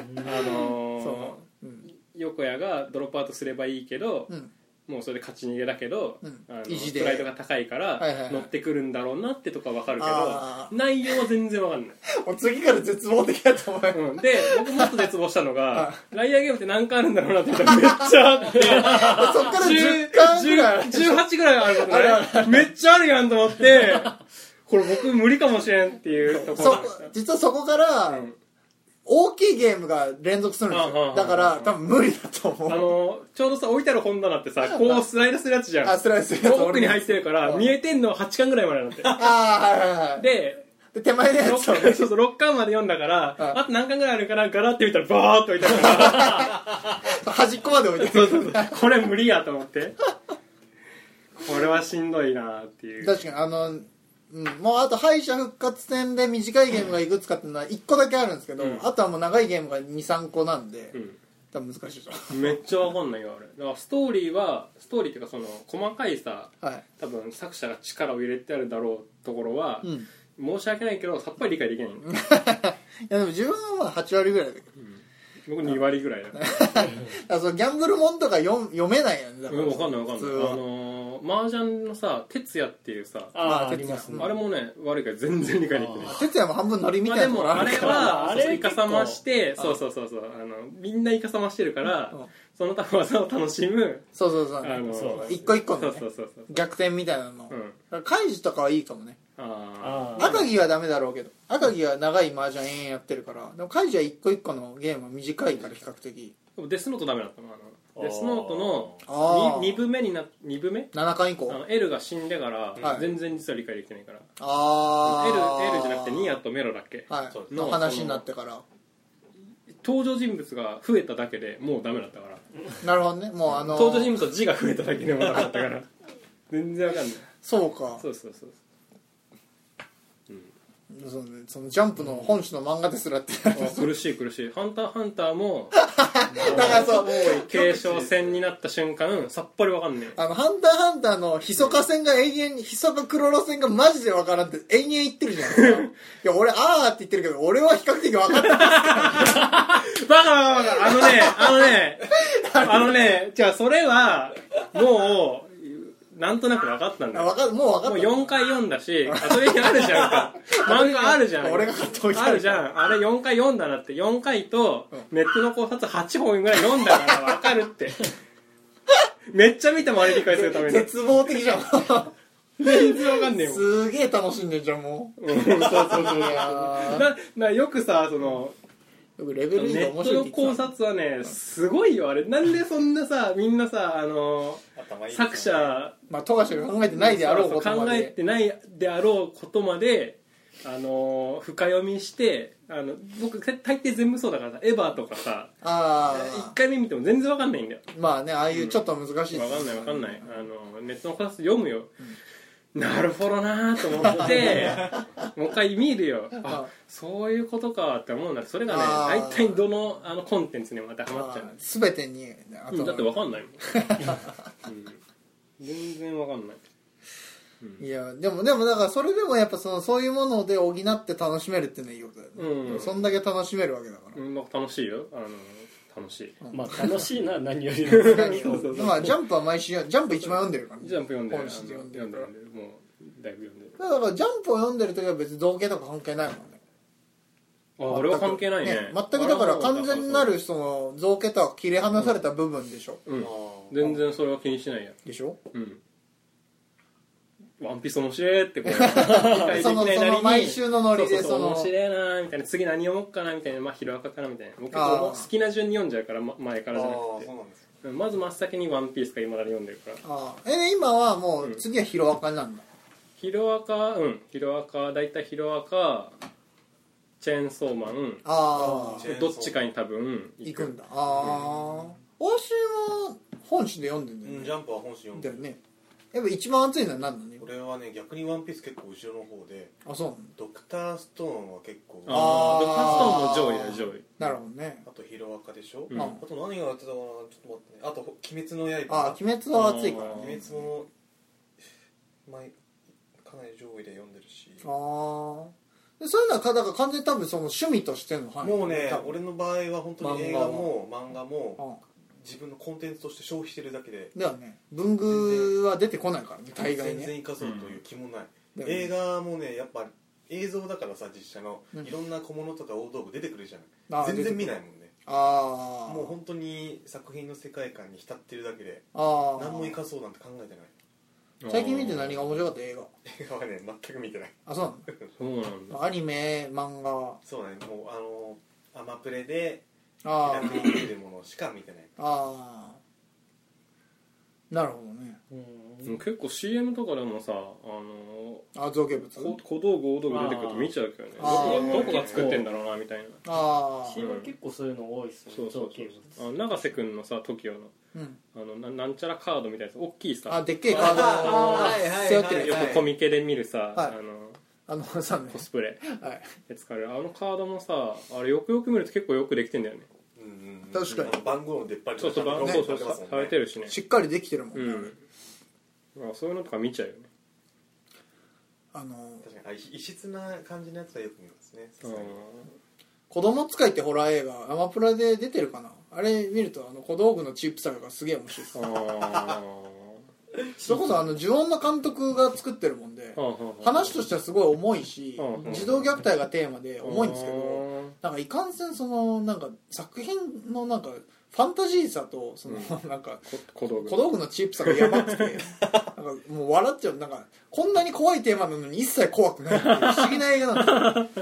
Speaker 1: のー
Speaker 2: そう、うん
Speaker 1: 横谷がドロップアウトすればいいけど、
Speaker 2: うん、
Speaker 1: もうそれで勝ち逃げだけど、
Speaker 2: うん
Speaker 1: あの
Speaker 2: 意地で
Speaker 1: プライドが高いから、
Speaker 2: はいはいはい
Speaker 1: 乗ってくるんだろうなってとかわかるけ
Speaker 2: あー
Speaker 1: ど内容は全然わかんない、
Speaker 2: もう次から絶望的だと思います
Speaker 1: うん、で僕もっと絶望したの
Speaker 2: [LAUGHS] あ
Speaker 1: がライアーゲームって何回あるんだろうなって見たらめっちゃあって。
Speaker 2: そっから10巻ぐらい
Speaker 1: 18ぐらいあることねめっちゃあるやんと思ってこれ僕無理かもしれんっていうとこ
Speaker 2: そ
Speaker 1: ろ
Speaker 2: こ実はそこから
Speaker 1: ん
Speaker 2: 大きいゲームが連続するんです
Speaker 1: あは
Speaker 2: よ
Speaker 1: あ
Speaker 2: だから多分無理だと
Speaker 1: あ
Speaker 2: 思う
Speaker 1: のちょうどさ置いてある本棚ってさこうスライドするやつじゃ
Speaker 2: あ
Speaker 1: ん
Speaker 2: スライス
Speaker 1: こう奥に入っててるか
Speaker 2: う
Speaker 1: ら
Speaker 2: ん
Speaker 1: 見えてんの8巻ぐらいまでなんて
Speaker 2: ああはいはいはい
Speaker 1: で
Speaker 2: で手前のや
Speaker 1: 六
Speaker 2: つを
Speaker 1: 巻 [LAUGHS] そうそう6巻まで読んだから
Speaker 2: うん
Speaker 1: あと何巻ぐらいあるからガラって見たらバーッと置いてあるから
Speaker 2: 端っこまで置いて
Speaker 1: そうそうそうこれ無理やと思ってこれはしんどいなっていう
Speaker 2: 確かにあの、うん、もうあと敗者復活戦で短いゲームがいくつかっていうのは1個だけあるんですけど、
Speaker 1: うん
Speaker 2: あとはもう長いゲームが23個なんで、多分難しいでしょ
Speaker 1: うん、めっちゃわかんないよあれだからストーリーはストーリーっていうかその細かいさ
Speaker 2: はい、
Speaker 1: 多分作者が力を入れてあるだろうところは、
Speaker 2: うん、い
Speaker 1: 申し訳ないけどさっぱり理解できない
Speaker 2: やでも自分はまあ8割ぐらいだけど
Speaker 1: 僕2割ぐらいだから
Speaker 2: だからそのギャンブルもんとか読読めないよねだから
Speaker 1: 分かんない分かん
Speaker 2: [LAUGHS] 普
Speaker 1: ない
Speaker 2: 通は
Speaker 1: あのー、麻雀のさ哲也っていうさ
Speaker 3: あ、
Speaker 2: まあ
Speaker 3: あ、ありますね、
Speaker 1: あれもね悪いから全然理解できてない
Speaker 3: あ
Speaker 2: 哲也も半分ノリみ
Speaker 1: まあ
Speaker 2: たい
Speaker 1: で
Speaker 2: なとこ
Speaker 1: も
Speaker 2: ろ
Speaker 1: あ
Speaker 2: ある
Speaker 1: れ
Speaker 2: から、
Speaker 1: は
Speaker 3: あ
Speaker 1: そう
Speaker 3: れ
Speaker 1: イカサマしてそうそうそうそうあのみんなイカサマしてるから
Speaker 2: うん
Speaker 1: その他技を楽しむ
Speaker 2: そうそうそう
Speaker 1: あの
Speaker 3: そう
Speaker 2: 一個一個
Speaker 1: そうそ
Speaker 2: の、
Speaker 1: う
Speaker 2: ね、
Speaker 1: そうそう
Speaker 2: 逆転みたいなの、
Speaker 1: うん
Speaker 2: カイジとかはいいかもね
Speaker 1: あ
Speaker 3: あ
Speaker 2: 赤城はダメだろうけど赤城は長い麻雀延々やってるからでもカイジは一個一個のゲームは短いから比較的
Speaker 1: ーでもデスノートダメだったのあのデスノート
Speaker 2: あ
Speaker 1: の
Speaker 2: ー
Speaker 1: 2部目にな二部目
Speaker 2: 7巻以
Speaker 1: あ
Speaker 2: 降
Speaker 1: の L が死んでから
Speaker 2: はい
Speaker 1: 全然実は理解できてないから
Speaker 2: あ
Speaker 1: L, L じゃなくてニ
Speaker 2: ア
Speaker 1: アとメロだっけ
Speaker 2: は
Speaker 4: そう
Speaker 2: い
Speaker 1: の
Speaker 2: の話になってから
Speaker 1: 登場人物が増えただけでもうダメだったから
Speaker 2: なるほどねもうあの
Speaker 1: 登場人物と字が増えただけでもダメだったから
Speaker 2: [LAUGHS]
Speaker 1: 全然わかんない
Speaker 2: そうか
Speaker 1: そうそうそう
Speaker 2: そうねそのジャンプの本誌の漫画ですらって
Speaker 1: あ苦しい苦しい「ハンターハンター」も
Speaker 2: [LAUGHS] だからそう
Speaker 1: 継承戦になった瞬間さっぱりわかんねえ
Speaker 2: あの、ハンターハンターのヒソカ戦が永遠に、ヒソカクロロ戦がマジでわからんって延々言ってるじゃな
Speaker 1: [LAUGHS]
Speaker 2: いですか。いや、俺、あーって言ってるけど、俺は比較的分かった。
Speaker 1: バカバカバカあのねあのねあのねじゃあそれはもうなんとなく分かったんだよ
Speaker 2: 分かる、もう分か
Speaker 1: もう
Speaker 2: った。
Speaker 1: 4回読んだしあそれにあるじゃん [LAUGHS] か漫画あるじゃん
Speaker 2: 俺が買っておいた。
Speaker 1: あるじゃんあれ4回読んだなって4回とネットの考察8本ぐらい読んだから分かるってめっちゃ見てもあれ理解するために
Speaker 2: 絶望的じゃん。
Speaker 1: 全然わかんねえもん
Speaker 2: すげえ楽しんでんじゃん、もう。
Speaker 1: うんそうそうそう
Speaker 2: いやー
Speaker 1: ななよくさその
Speaker 2: よくレ
Speaker 1: ネ
Speaker 2: ベルいいが面
Speaker 1: ット
Speaker 2: 白いっ
Speaker 1: の
Speaker 2: て言
Speaker 1: 考
Speaker 2: ってた
Speaker 1: 察はねすごいよあれなんでそんなさみんなさあの
Speaker 4: 頭いいですね
Speaker 1: 作者
Speaker 2: まあ、富樫が考えてないであろうこと
Speaker 1: そうそう
Speaker 2: ま
Speaker 1: 考え
Speaker 2: で。
Speaker 1: てないであろうことまであの深読みしてあの僕大抵全部そうだからさエヴァとかさ
Speaker 2: あ
Speaker 1: 1回目見ても全然わかんないんだよ
Speaker 2: あ、まあね、ああいうちょっと難しい
Speaker 1: わかんないわかん
Speaker 2: い。
Speaker 1: ないあのネットの考察読むよ、なるほどなーと思って
Speaker 2: [LAUGHS]
Speaker 1: もう一回見るよあそういうことかって思うんだけどそれがね
Speaker 2: あー
Speaker 1: 大体どのあのコンテンツにも当てはまっちゃうの
Speaker 2: すべてに、あ
Speaker 1: うんだってわ
Speaker 2: と、
Speaker 1: かんないもん、
Speaker 2: [LAUGHS]
Speaker 1: うん全然わかんない
Speaker 2: いや、でも、でも、だから、それでもやっぱその、そういうもので補って楽しめるっていうのはいいことだよね。
Speaker 1: うん
Speaker 2: そんだけ楽しめるわけだから。
Speaker 1: うんなんか楽しいよあの楽しい
Speaker 3: まあ楽し
Speaker 1: [LAUGHS]
Speaker 3: いな何よりも
Speaker 2: 何
Speaker 1: そうそうそう
Speaker 2: まあ、ジャンプは毎週、ジャンプ一番読んでるからね、
Speaker 1: ジャンプ読んでるあ
Speaker 2: 本
Speaker 1: の
Speaker 2: 誌で
Speaker 1: 読
Speaker 2: 読
Speaker 1: ん
Speaker 2: ん
Speaker 1: で
Speaker 2: で
Speaker 1: る
Speaker 2: るから。
Speaker 1: 読んでるもうだいぶ読んでる
Speaker 2: だから、ジャンプを読んでる時は別に造形とか関係ないもんね。
Speaker 1: あ俺は関係ないね
Speaker 2: 全くだから、完全になるその、造形とは切り離された部分でしょ。
Speaker 1: うん
Speaker 4: あ
Speaker 1: 全然それは気にしないや
Speaker 2: でしょ
Speaker 1: うんワンピース面白いってこう理解でき
Speaker 2: [LAUGHS] その、
Speaker 1: ない
Speaker 2: そ
Speaker 1: なり
Speaker 2: の、
Speaker 1: に
Speaker 2: 毎週のノリで、
Speaker 1: そうそそ
Speaker 2: そう
Speaker 1: う
Speaker 2: の、
Speaker 1: 面白いなーみたいな次何読もうかなみたいなまあヒロアカかなみたいな僕
Speaker 2: あー
Speaker 1: こう好きな順に読んじゃうから、ま、前からじゃな
Speaker 4: ー
Speaker 1: く
Speaker 4: そうなんですね
Speaker 1: てまず真っ先に「ワンピースが今だに読んでるから
Speaker 2: ああえ、今はもう、次はヒロアカになるんだ。
Speaker 1: ヒロアカうんヒロアカ大体ヒロアカチェーンソーマン
Speaker 2: ああ
Speaker 4: チェーンソーマン
Speaker 1: どっちかに多分
Speaker 2: 行くんだ。ああ欧州は、本誌で読んでんだよ
Speaker 4: う
Speaker 2: ね
Speaker 4: んジャンプは本誌読ん
Speaker 2: だよ
Speaker 4: でる
Speaker 2: ねやっぱ一番熱いのは何なのよ
Speaker 4: 俺はね逆に「ワンピース結構後ろの方で
Speaker 2: あそうなんだ
Speaker 4: ドクターストーンは結構あ
Speaker 1: ああドクタースト
Speaker 2: あー
Speaker 1: ーンも上位だよ上位
Speaker 2: なるほどね
Speaker 4: とヒロアカでしょ、
Speaker 1: うん
Speaker 4: あと何がやってたかなちょっと待ってねあと「鬼滅の刃」
Speaker 2: あー鬼滅は熱いから
Speaker 1: あー
Speaker 2: ね
Speaker 4: 鬼滅も前かなり上位で読んでるし
Speaker 2: ああでそういうのはかだから完全に多分その趣味としての範囲
Speaker 4: もうね
Speaker 2: 多分
Speaker 4: 俺の場合は本当に映画も漫画も
Speaker 2: うん
Speaker 4: 自分のコンテンツとして消費してるだけで
Speaker 2: だよね文具は出てこないからね大概
Speaker 4: 全
Speaker 2: ね
Speaker 4: 然生かそうという気もない、
Speaker 2: うん
Speaker 4: 映画もねやっぱ映像だからさ実写の
Speaker 2: うん
Speaker 4: いろんな小物とか大道具出てくるじゃ
Speaker 2: あ
Speaker 4: な
Speaker 2: ー
Speaker 4: い全然
Speaker 2: 出て
Speaker 4: 見
Speaker 2: く
Speaker 4: な
Speaker 2: る
Speaker 4: いもんね
Speaker 2: ああ
Speaker 4: もう本当に作品の世界観に浸ってるだけで
Speaker 2: ああ
Speaker 4: 何も生かそうなんて考えて [LAUGHS] ない
Speaker 2: 最近見て何が面白かった映画
Speaker 4: 映画はね全く見てない
Speaker 2: あそうなんだ
Speaker 1: そうなんだ
Speaker 4: [LAUGHS]
Speaker 2: アニメ漫画
Speaker 4: そうねもうあのアマプレで
Speaker 2: あ
Speaker 4: 気楽に見れるものしか見てない
Speaker 2: あああなるほどね
Speaker 1: うん結構 CM とかでもさあの
Speaker 2: あ造形物
Speaker 1: こ小道具大道具出てくると見ちゃうけどねど
Speaker 2: あ
Speaker 1: こ
Speaker 2: ー
Speaker 1: がどこが作ってんだろうなみたいな
Speaker 2: ああ
Speaker 3: CM 結構そういうの多いっすよ
Speaker 1: そ
Speaker 3: ね
Speaker 1: うそう
Speaker 3: 造形物
Speaker 1: そうあの永瀬君のさ TOKIO の
Speaker 2: うん
Speaker 1: あのななんちゃらカードみたいなやつ大きいさ
Speaker 2: あでっけえカードを
Speaker 4: あーはいはいはい
Speaker 2: 背負ってる
Speaker 1: よ
Speaker 2: やつ
Speaker 1: くコミケで見るさ、
Speaker 2: はい
Speaker 1: あの
Speaker 2: あのさね
Speaker 1: コスプレ
Speaker 2: はい
Speaker 1: で使われるあのカードもさあれよくよく見ると結構よくできてんだよね
Speaker 4: うんうん
Speaker 2: 確かに
Speaker 4: あの番号の出っ張り
Speaker 1: ちょっとば、
Speaker 4: ね
Speaker 1: そうそう
Speaker 4: な
Speaker 1: さ
Speaker 4: ってます
Speaker 1: さ
Speaker 4: もん
Speaker 1: れ
Speaker 4: ね
Speaker 1: てるしね
Speaker 2: しっかりできてるもんね、
Speaker 1: うんまあそういうのとか見ちゃうよね
Speaker 2: あの
Speaker 4: 確かにあ異質な感じのやつはよく見ますねさすがに
Speaker 2: 子供使いってホラー映画アマプラで出てるかなあれ見るとあの小道具のチープさがすげえ面白いです
Speaker 1: あーあ
Speaker 2: それこそあの呪音の監督が作ってるもんで
Speaker 1: ー
Speaker 2: 話としてはすごい重いし
Speaker 1: うん
Speaker 2: 児童虐待がテーマで重いんですけど
Speaker 1: ど
Speaker 2: なんかいかんせんそのなんか作品のなんかファンタジーさとそのなんか
Speaker 1: 小道具
Speaker 2: 小道具のチープさがやばくてなんかもう笑っちゃうなんかこんなに怖いテーマなのに一切怖くないっていう不思議な映画なんで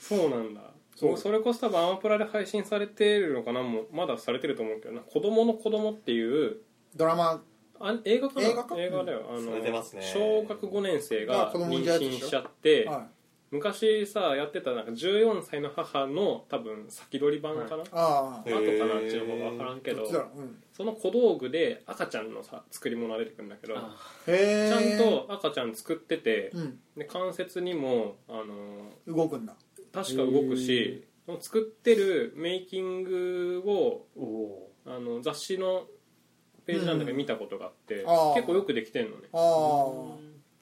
Speaker 2: すよ
Speaker 1: そうなんだ
Speaker 2: そう
Speaker 1: もうそれこそ多分アマプラで配信されてるのかなもうまだされてると思うけどな「子供の子供っていう
Speaker 2: ドラマ
Speaker 1: あ映画かな
Speaker 2: 映画か
Speaker 1: だよ、あ
Speaker 4: それ出ますね
Speaker 1: 小学5年生
Speaker 2: あ
Speaker 1: が
Speaker 2: 子供
Speaker 1: 妊
Speaker 2: 産んじゃうやつで
Speaker 1: 娠
Speaker 2: しょ
Speaker 1: しちゃって、
Speaker 2: はい
Speaker 1: 昔さやってたなんか14歳の母の多分先取り版かな、
Speaker 2: ああ
Speaker 1: 後かな
Speaker 4: へー
Speaker 1: うちの方が分からんけ
Speaker 2: ど
Speaker 1: ど
Speaker 2: っちだろううん
Speaker 1: その小道具で赤ちゃんのさ作り物が出てくるんだけどち
Speaker 3: あ
Speaker 2: へ
Speaker 1: ゃん
Speaker 2: え
Speaker 1: と赤ちゃん作ってて、
Speaker 2: うん
Speaker 1: で関節にも、あの
Speaker 2: 動くんだ
Speaker 1: ー確か動くしその作ってるメイキングを
Speaker 3: おお
Speaker 1: あの雑誌のページなんだけど
Speaker 2: うん
Speaker 1: 見たことがあって、
Speaker 2: あー
Speaker 1: 結構よくできてんのね
Speaker 2: あ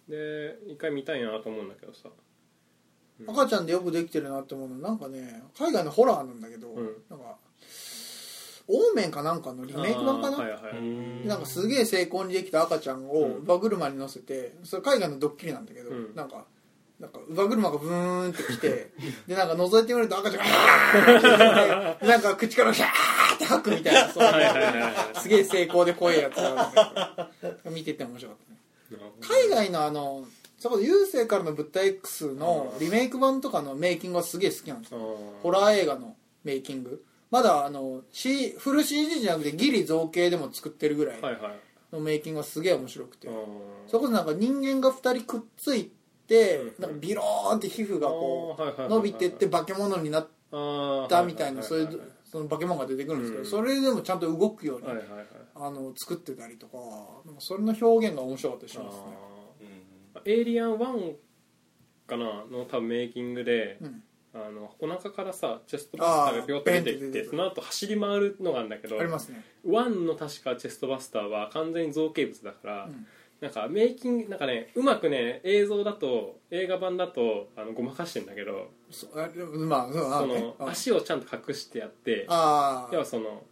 Speaker 1: で一回見たいなと思うんだけどさ
Speaker 2: あ赤ちゃんでよくできてるなって思うのなんかね海外のホラーなんだけど
Speaker 1: うん
Speaker 2: なんかオーメンかなんかのリメイク版か
Speaker 1: あーは
Speaker 2: ない
Speaker 1: は
Speaker 4: う
Speaker 1: い
Speaker 4: ん
Speaker 2: なんかすげえ成功にできた赤ちゃんを馬車に乗せてそれ海外のドッキリなんだけど
Speaker 1: うん
Speaker 2: なんかなんか馬車がブーンって来てでなんか覗いてみると赤ちゃんが「あーって出てきてなんか口から「シャー!」って吐くみたいなそう
Speaker 1: はいはいはいはい
Speaker 2: すげえ成功で怖いやつがあるんだけど見てて面白かったね海外のあのそこで郵政からの物体 X のリメイク版とかのメイキングはすげえ好きなんですよホラー映画のメイキングまだあの、C、フル CG じゃなくてギリ造形でも作ってるぐらい
Speaker 1: はいはい
Speaker 2: のメイキングはすげえ面白くて、
Speaker 1: あ
Speaker 2: それこそなんか人間が2人くっついて、
Speaker 1: うん
Speaker 2: なんかビローンって皮膚がこ
Speaker 1: あーはいはいはいは
Speaker 2: う
Speaker 1: い
Speaker 2: 伸びてって化け物になっ
Speaker 1: ー
Speaker 2: たみたいなそうい
Speaker 1: は
Speaker 2: うその化け物が出てくるんですけど、
Speaker 1: うん
Speaker 2: それでもちゃんと動くように
Speaker 1: はいはいはいはいはい
Speaker 2: あの作ってたりとかなんかそれの表現が面白かったりし
Speaker 1: あ
Speaker 2: ますね
Speaker 4: うん
Speaker 1: ーエイリアン1かなの多分メイキングで、
Speaker 2: うん
Speaker 1: あのお腹からさチェストバスターがピョって出て
Speaker 2: あーベンって出
Speaker 1: き
Speaker 2: てく
Speaker 1: て
Speaker 2: る
Speaker 1: その後走り回るのがあるんだけど
Speaker 2: ありますね
Speaker 1: 1の確かチェストバスターは完全に造形物だから、
Speaker 2: うん
Speaker 1: なんかメイキングなんかねうまくね映像だと映画版だとあのごまかしてんだけど
Speaker 2: そあでもまあそうあ
Speaker 1: そ
Speaker 2: のね
Speaker 1: の足をちゃんと隠してやって
Speaker 2: あ
Speaker 1: 要はその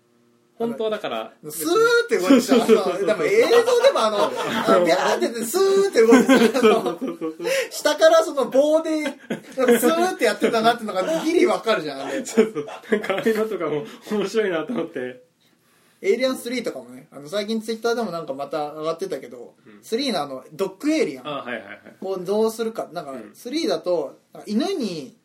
Speaker 1: 本当はだから
Speaker 2: スーって動いてたあのでも映像でもあのあのビャーってやってスーって動いてたあの下からその棒でなんかスーってやってたなってのがギリわかるじゃんあれ
Speaker 1: [LAUGHS] なんかあれのとかも面白いなと思って
Speaker 2: エイリアン3とかもねあの最近ツイッターでもなんかまた上がってたけど、3のあのドッグエイリアン
Speaker 1: あはいはいはい
Speaker 2: をどうするかなんか
Speaker 1: ん
Speaker 2: 3だとなんか犬に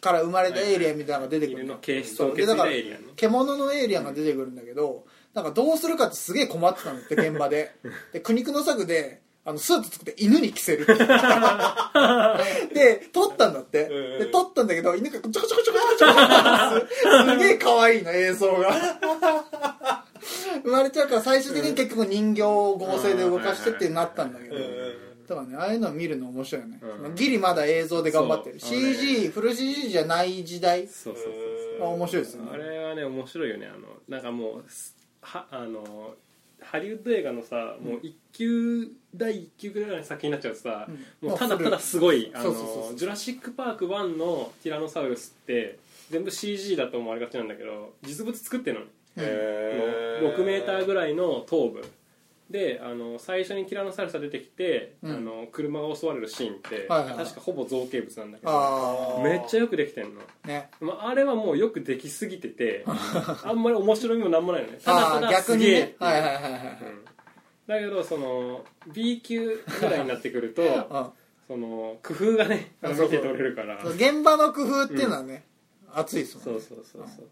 Speaker 2: から生まれたエイリアンみたいなのが出てくる
Speaker 1: 犬
Speaker 2: の
Speaker 1: の形質
Speaker 2: そ
Speaker 1: を
Speaker 2: う
Speaker 1: 受け
Speaker 2: で
Speaker 1: 継
Speaker 2: だ
Speaker 1: い
Speaker 2: か
Speaker 1: だ
Speaker 2: ら
Speaker 1: エイリアンの
Speaker 2: 獣のエイリアンが出てくるんだけどなんかどうするかってすげえ困ってたのって現場でで苦肉の策であのスーツ作って犬に着
Speaker 1: [LAUGHS]
Speaker 2: せるで撮ったんだって
Speaker 1: うんうん
Speaker 2: で撮ったんだけど犬がちょこちょこちょこちょこちょこすすげえ可愛いの映像が生まれちゃうから最終的に結局人形を合成で動かしてってなったんだけど、だからねああいうの見るの面白いよね、
Speaker 1: うん
Speaker 2: ギリまだ映像で頑張ってる
Speaker 1: そうあのね
Speaker 2: CG フル CG じゃない時代
Speaker 1: そうそうそう
Speaker 2: が面白いです
Speaker 1: そ
Speaker 2: よ
Speaker 1: うあ
Speaker 2: ね
Speaker 1: れはね面白いよねあのなんかもうすはあのハリウッド映画のさもう一級第一級ぐらいの作品になっちゃうとさ、
Speaker 2: うん
Speaker 1: もうた
Speaker 2: あ
Speaker 1: だ
Speaker 2: それ
Speaker 1: ただすごい「あ
Speaker 2: そうそうそうそ
Speaker 1: のジュラシック・パーク1」のティラノサウルスって全部 CG だと思われがちなんだけど実物作ってんのね
Speaker 4: へー
Speaker 1: 6メーターぐらいの頭部であの最初にティラノサウルスが出てきて、
Speaker 2: うん
Speaker 1: あの車が襲われるシーンって、
Speaker 2: はいはいはい
Speaker 1: 確かほぼ造形物なんだけど
Speaker 2: あ
Speaker 1: めっちゃよくできてんの
Speaker 2: あね
Speaker 1: まあ、あれはもうよくできすぎて
Speaker 2: [LAUGHS]
Speaker 1: てあんまり面白みもなんもないよねただ
Speaker 2: あ
Speaker 1: た
Speaker 2: あ
Speaker 1: だ
Speaker 2: 逆
Speaker 1: す
Speaker 2: に
Speaker 1: げえ
Speaker 2: ねはいはいはいは
Speaker 1: う
Speaker 2: い
Speaker 1: んだけどその B 級ぐらいになってく
Speaker 2: [LAUGHS]
Speaker 1: ると
Speaker 2: あ
Speaker 1: その工夫がねあの
Speaker 2: そうそ
Speaker 1: 見
Speaker 2: う
Speaker 1: て取れるから
Speaker 2: 現場の工夫っていうのはね、熱いです
Speaker 1: そ
Speaker 2: もん
Speaker 1: う
Speaker 2: ね
Speaker 1: そうそうそう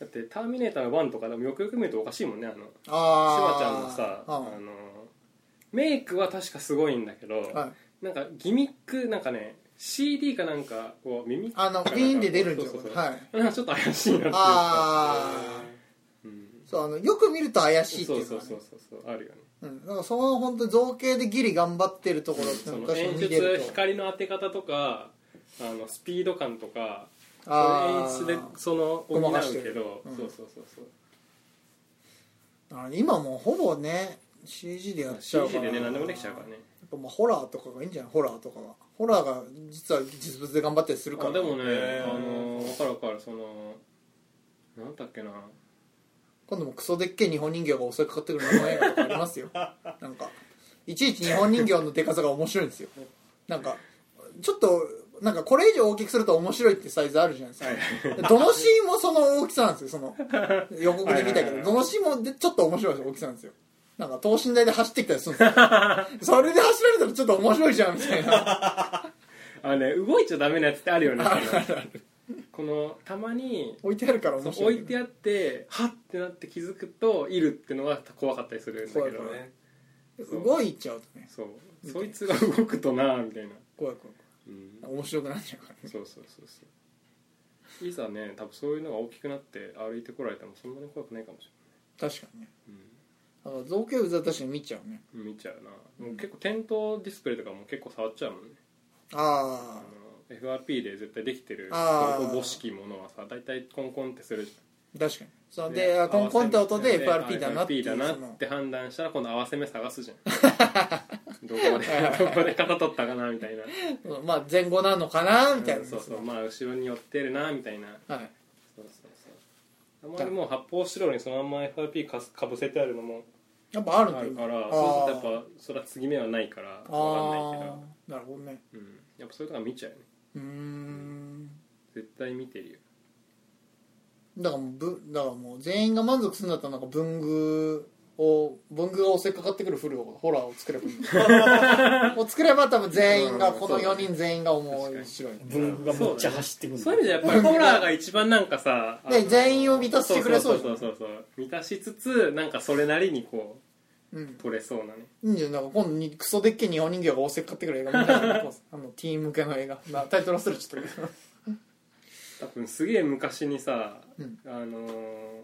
Speaker 1: だって「ターミネーター1」とかでもよくよく見るとおかしいもんねあのシ
Speaker 2: あ
Speaker 1: ワ
Speaker 2: あ
Speaker 1: ちゃんのさあのメイクは確かすごいんだけど、
Speaker 2: はい、
Speaker 1: なんかギミックなんかね CD かなんかこう耳
Speaker 2: あのウィーンで出るんですよ
Speaker 1: そうそうそう
Speaker 2: はい
Speaker 1: なんかちょっと怪しいなっていうか、
Speaker 2: ああ
Speaker 1: うん、
Speaker 2: そうあのよく見ると怪しいって
Speaker 1: そ
Speaker 2: いううか
Speaker 1: そうそ
Speaker 2: ね
Speaker 1: うそうそうあるよね
Speaker 2: うんなんかその本当造形でギリ頑張ってるところって
Speaker 1: そ
Speaker 2: なん
Speaker 1: の
Speaker 2: かその
Speaker 1: 演
Speaker 2: 見てる
Speaker 1: 出
Speaker 2: と
Speaker 1: 光の当て方とかあのスピード感とか
Speaker 2: あ
Speaker 1: そういう演出でその補
Speaker 2: ごまか
Speaker 1: う
Speaker 2: して
Speaker 1: け
Speaker 2: る
Speaker 1: ど、
Speaker 2: うん
Speaker 1: そうそうそうそう
Speaker 2: あ今もうほぼね CG でやっちゃう
Speaker 1: CG
Speaker 2: から
Speaker 1: でね何でもできちゃうからね
Speaker 2: やっぱまあホラーとかがいいんじゃないホラーとかがホラーが実は実物で頑張ったりするから
Speaker 1: あでもね、
Speaker 4: へー
Speaker 1: あの分かる分かるそのなんだっけな
Speaker 2: 今度もクソでっけえ日本人形が襲いかかってくる生映画とかありま
Speaker 1: [LAUGHS]
Speaker 2: すよなんかいちいち日本人形のでかさが面白いんですよなんかちょっとなんかこれ以上大きくすると面白いってサイズあるじゃないですかどのシーンもその大きさなんですよその予告で見たけどどのシーンもでちょっと面白い大きさなんですよなんか等身大で走ってきたりするんですよ
Speaker 1: [LAUGHS]
Speaker 2: それで走られたらちょっと面白いじゃんみたいな
Speaker 1: あのね動いちゃダメなやつってあるよねこのたまに
Speaker 2: 置いてあるから
Speaker 1: そ
Speaker 2: 面
Speaker 1: う
Speaker 2: 白
Speaker 1: 置
Speaker 2: い
Speaker 1: いてあってはっってなって気づくといるってのは怖かったりするんだけど
Speaker 2: 怖い怖
Speaker 4: ね
Speaker 2: 動いちゃうとね
Speaker 1: そうそいつが動くとなみたいな、
Speaker 2: 怖い怖い
Speaker 1: うん
Speaker 2: 怖い面白くなっちゃうからね
Speaker 1: そうそうそうそういざね多分そういうのが大きくなって歩いてこられてもそんなに怖くないかもし
Speaker 2: 確かにね
Speaker 1: れない、
Speaker 2: あの造形物は確かに見ちゃうね
Speaker 1: うん、見ちゃうな、もう結構点灯ディスプレイとかも結構触っちゃうもんね
Speaker 2: ああ
Speaker 1: あの FRP で絶対できてる
Speaker 2: あー
Speaker 1: こう母式ものはさ大体コンコンってするじ
Speaker 2: 確かにそ
Speaker 1: ゃ
Speaker 2: うんであコンコンって音で
Speaker 1: 合わせ
Speaker 2: FRP だなっていう
Speaker 1: FRP だな
Speaker 2: その
Speaker 1: って判断したら今度合わせ目探すじ
Speaker 2: [LAUGHS]
Speaker 1: ゃんどこまでどこまで型取ったかなみたいな
Speaker 2: うんまあ前後なのかなみたいな
Speaker 1: そうそうまあ後ろに寄ってるなみたいな
Speaker 2: はい
Speaker 1: そうそうそうあんまりもう発泡スチロールにそのまんま FRP かすかぶせてあるのも
Speaker 2: やっぱあるん
Speaker 1: あ
Speaker 2: だ
Speaker 1: るから
Speaker 2: あー
Speaker 1: そうするとやっぱそれは継ぎ目はないからわかんないけ
Speaker 2: あ
Speaker 1: ど
Speaker 2: ーなるほどね
Speaker 1: うんやっぱそういうとこは見ちゃうよね
Speaker 2: うーん
Speaker 1: 絶対見てるよ
Speaker 2: だからもうぶだからもう全員が満足するんだったらなんか文具を文具が襲いかかってくるフルをホラーを作ればい
Speaker 1: [LAUGHS]
Speaker 2: いを作れば多分全員がこの4人全員が面白い
Speaker 3: 文具がむっちゃ走ってくる
Speaker 1: そういう意味でやっぱりホラーが一番なんかさ
Speaker 2: ね
Speaker 1: あの
Speaker 2: 全員を満たしてくれそうじ
Speaker 1: そ
Speaker 2: ゃ
Speaker 1: うんそうそうそう満たしつつなんかそれなりにこ
Speaker 2: うん
Speaker 1: う取れそうなね
Speaker 2: いいんじゃないなんか今度にクソでっけえ日本人形がおせっかってくる映画みたいなあのティーン向けの映画、まあ、タイトル忘れちゃったけど
Speaker 1: 多分すげえ昔にさ、
Speaker 2: うん
Speaker 1: あのー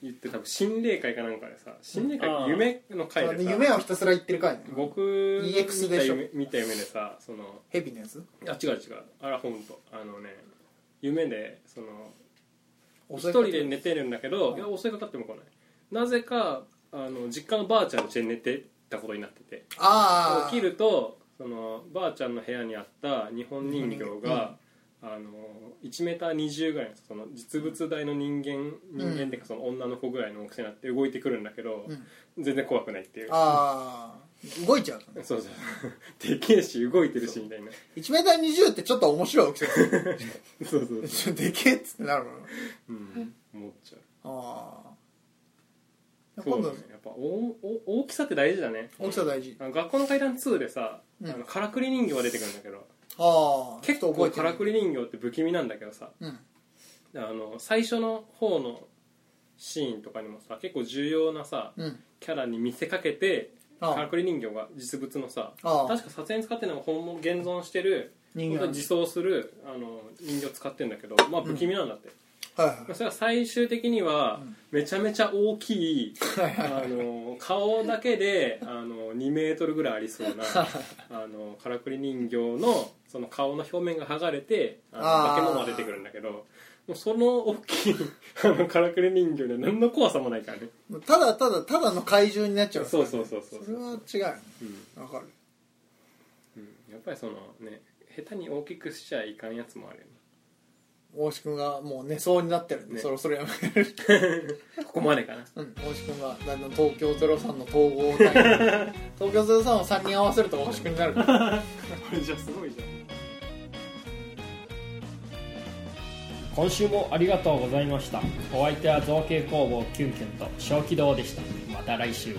Speaker 1: 言って多分心霊会かなんかでさ心霊会、
Speaker 3: うん
Speaker 1: 夢の会でさ
Speaker 2: 夢をひたすら言ってる回ね
Speaker 1: 僕
Speaker 2: EX でしょ
Speaker 1: 見た夢見た夢でさその
Speaker 2: ヘビのやつ
Speaker 1: あ違う違うあらほんとあのね夢でその一
Speaker 2: 一
Speaker 1: 人で寝てるんだけど、いや襲いかかっても来ないなぜかあの実家のばあちゃんの家で寝てたことになってて
Speaker 2: ああ
Speaker 1: 起きるとそのばあちゃんの部屋にあった日本人形が、あの1メーター20ぐらいのその実物大の人間人間っていうかその女の子ぐらいの大きさになって動いてくるんだけど、全然怖くないっていう
Speaker 2: ああ動いちゃうとね
Speaker 1: そうそう [LAUGHS] でけえし動いてるしみたいな
Speaker 2: 1メーター2 0ってちょっと面白い大 [LAUGHS] きさですね
Speaker 1: そうそうそ
Speaker 2: ちょでけえっつってなるから
Speaker 1: う、うん、思っちゃう
Speaker 2: ああ
Speaker 1: そ
Speaker 2: 今
Speaker 1: うだ
Speaker 2: 度
Speaker 1: ねやっぱおお大きさって大事だね
Speaker 2: 大きさ大事
Speaker 1: あの学校の階段2でさ、
Speaker 2: うん
Speaker 1: あのからくり人形が出てくるんだけど
Speaker 2: ああ
Speaker 1: 結構
Speaker 2: 覚えて
Speaker 1: か
Speaker 2: る
Speaker 1: らくり人形って不気味なんだけどさ
Speaker 2: うん
Speaker 1: あの最初の方のシーンとかにもさ結構重要なさ
Speaker 2: うん
Speaker 1: キャラに見せかけて
Speaker 2: ああ
Speaker 1: からくり人形が実物のさ
Speaker 2: ああ
Speaker 1: 確か撮影に使ってるのが本物現存してる
Speaker 2: 人
Speaker 1: 本
Speaker 2: 形
Speaker 1: 当に自走するあの人形使ってるんだけどまあ不気味なんだって、
Speaker 2: はいはい
Speaker 1: それは最終的にはめちゃめちゃ大きい、あの顔だけであの2メートルぐらいありそうなあのからくり人形のその顔の表面が剥がれてあの化
Speaker 2: あー
Speaker 1: け物が出てくるんだけどもうその大きいあのからくり人形で何の怖さもないからね
Speaker 2: ただただただの怪獣になっちゃう
Speaker 1: そうそうそうそう
Speaker 2: それは違うよね
Speaker 1: うん
Speaker 2: わかる
Speaker 1: うん、やっぱりそのね下手に大きくしちゃいかんやつもあるよね
Speaker 2: 大石君がもう寝そうになってるんで、
Speaker 1: ね
Speaker 2: そろそろやめる、
Speaker 1: ここまでかな
Speaker 2: うん、大石君がだんだん東京03の統合体東京03を3人合わせると大石君になるから
Speaker 1: これじゃすごいじゃん
Speaker 3: 今週もありがとうございましたお相手は造形工房キュンキュンと小気道でしたまた来週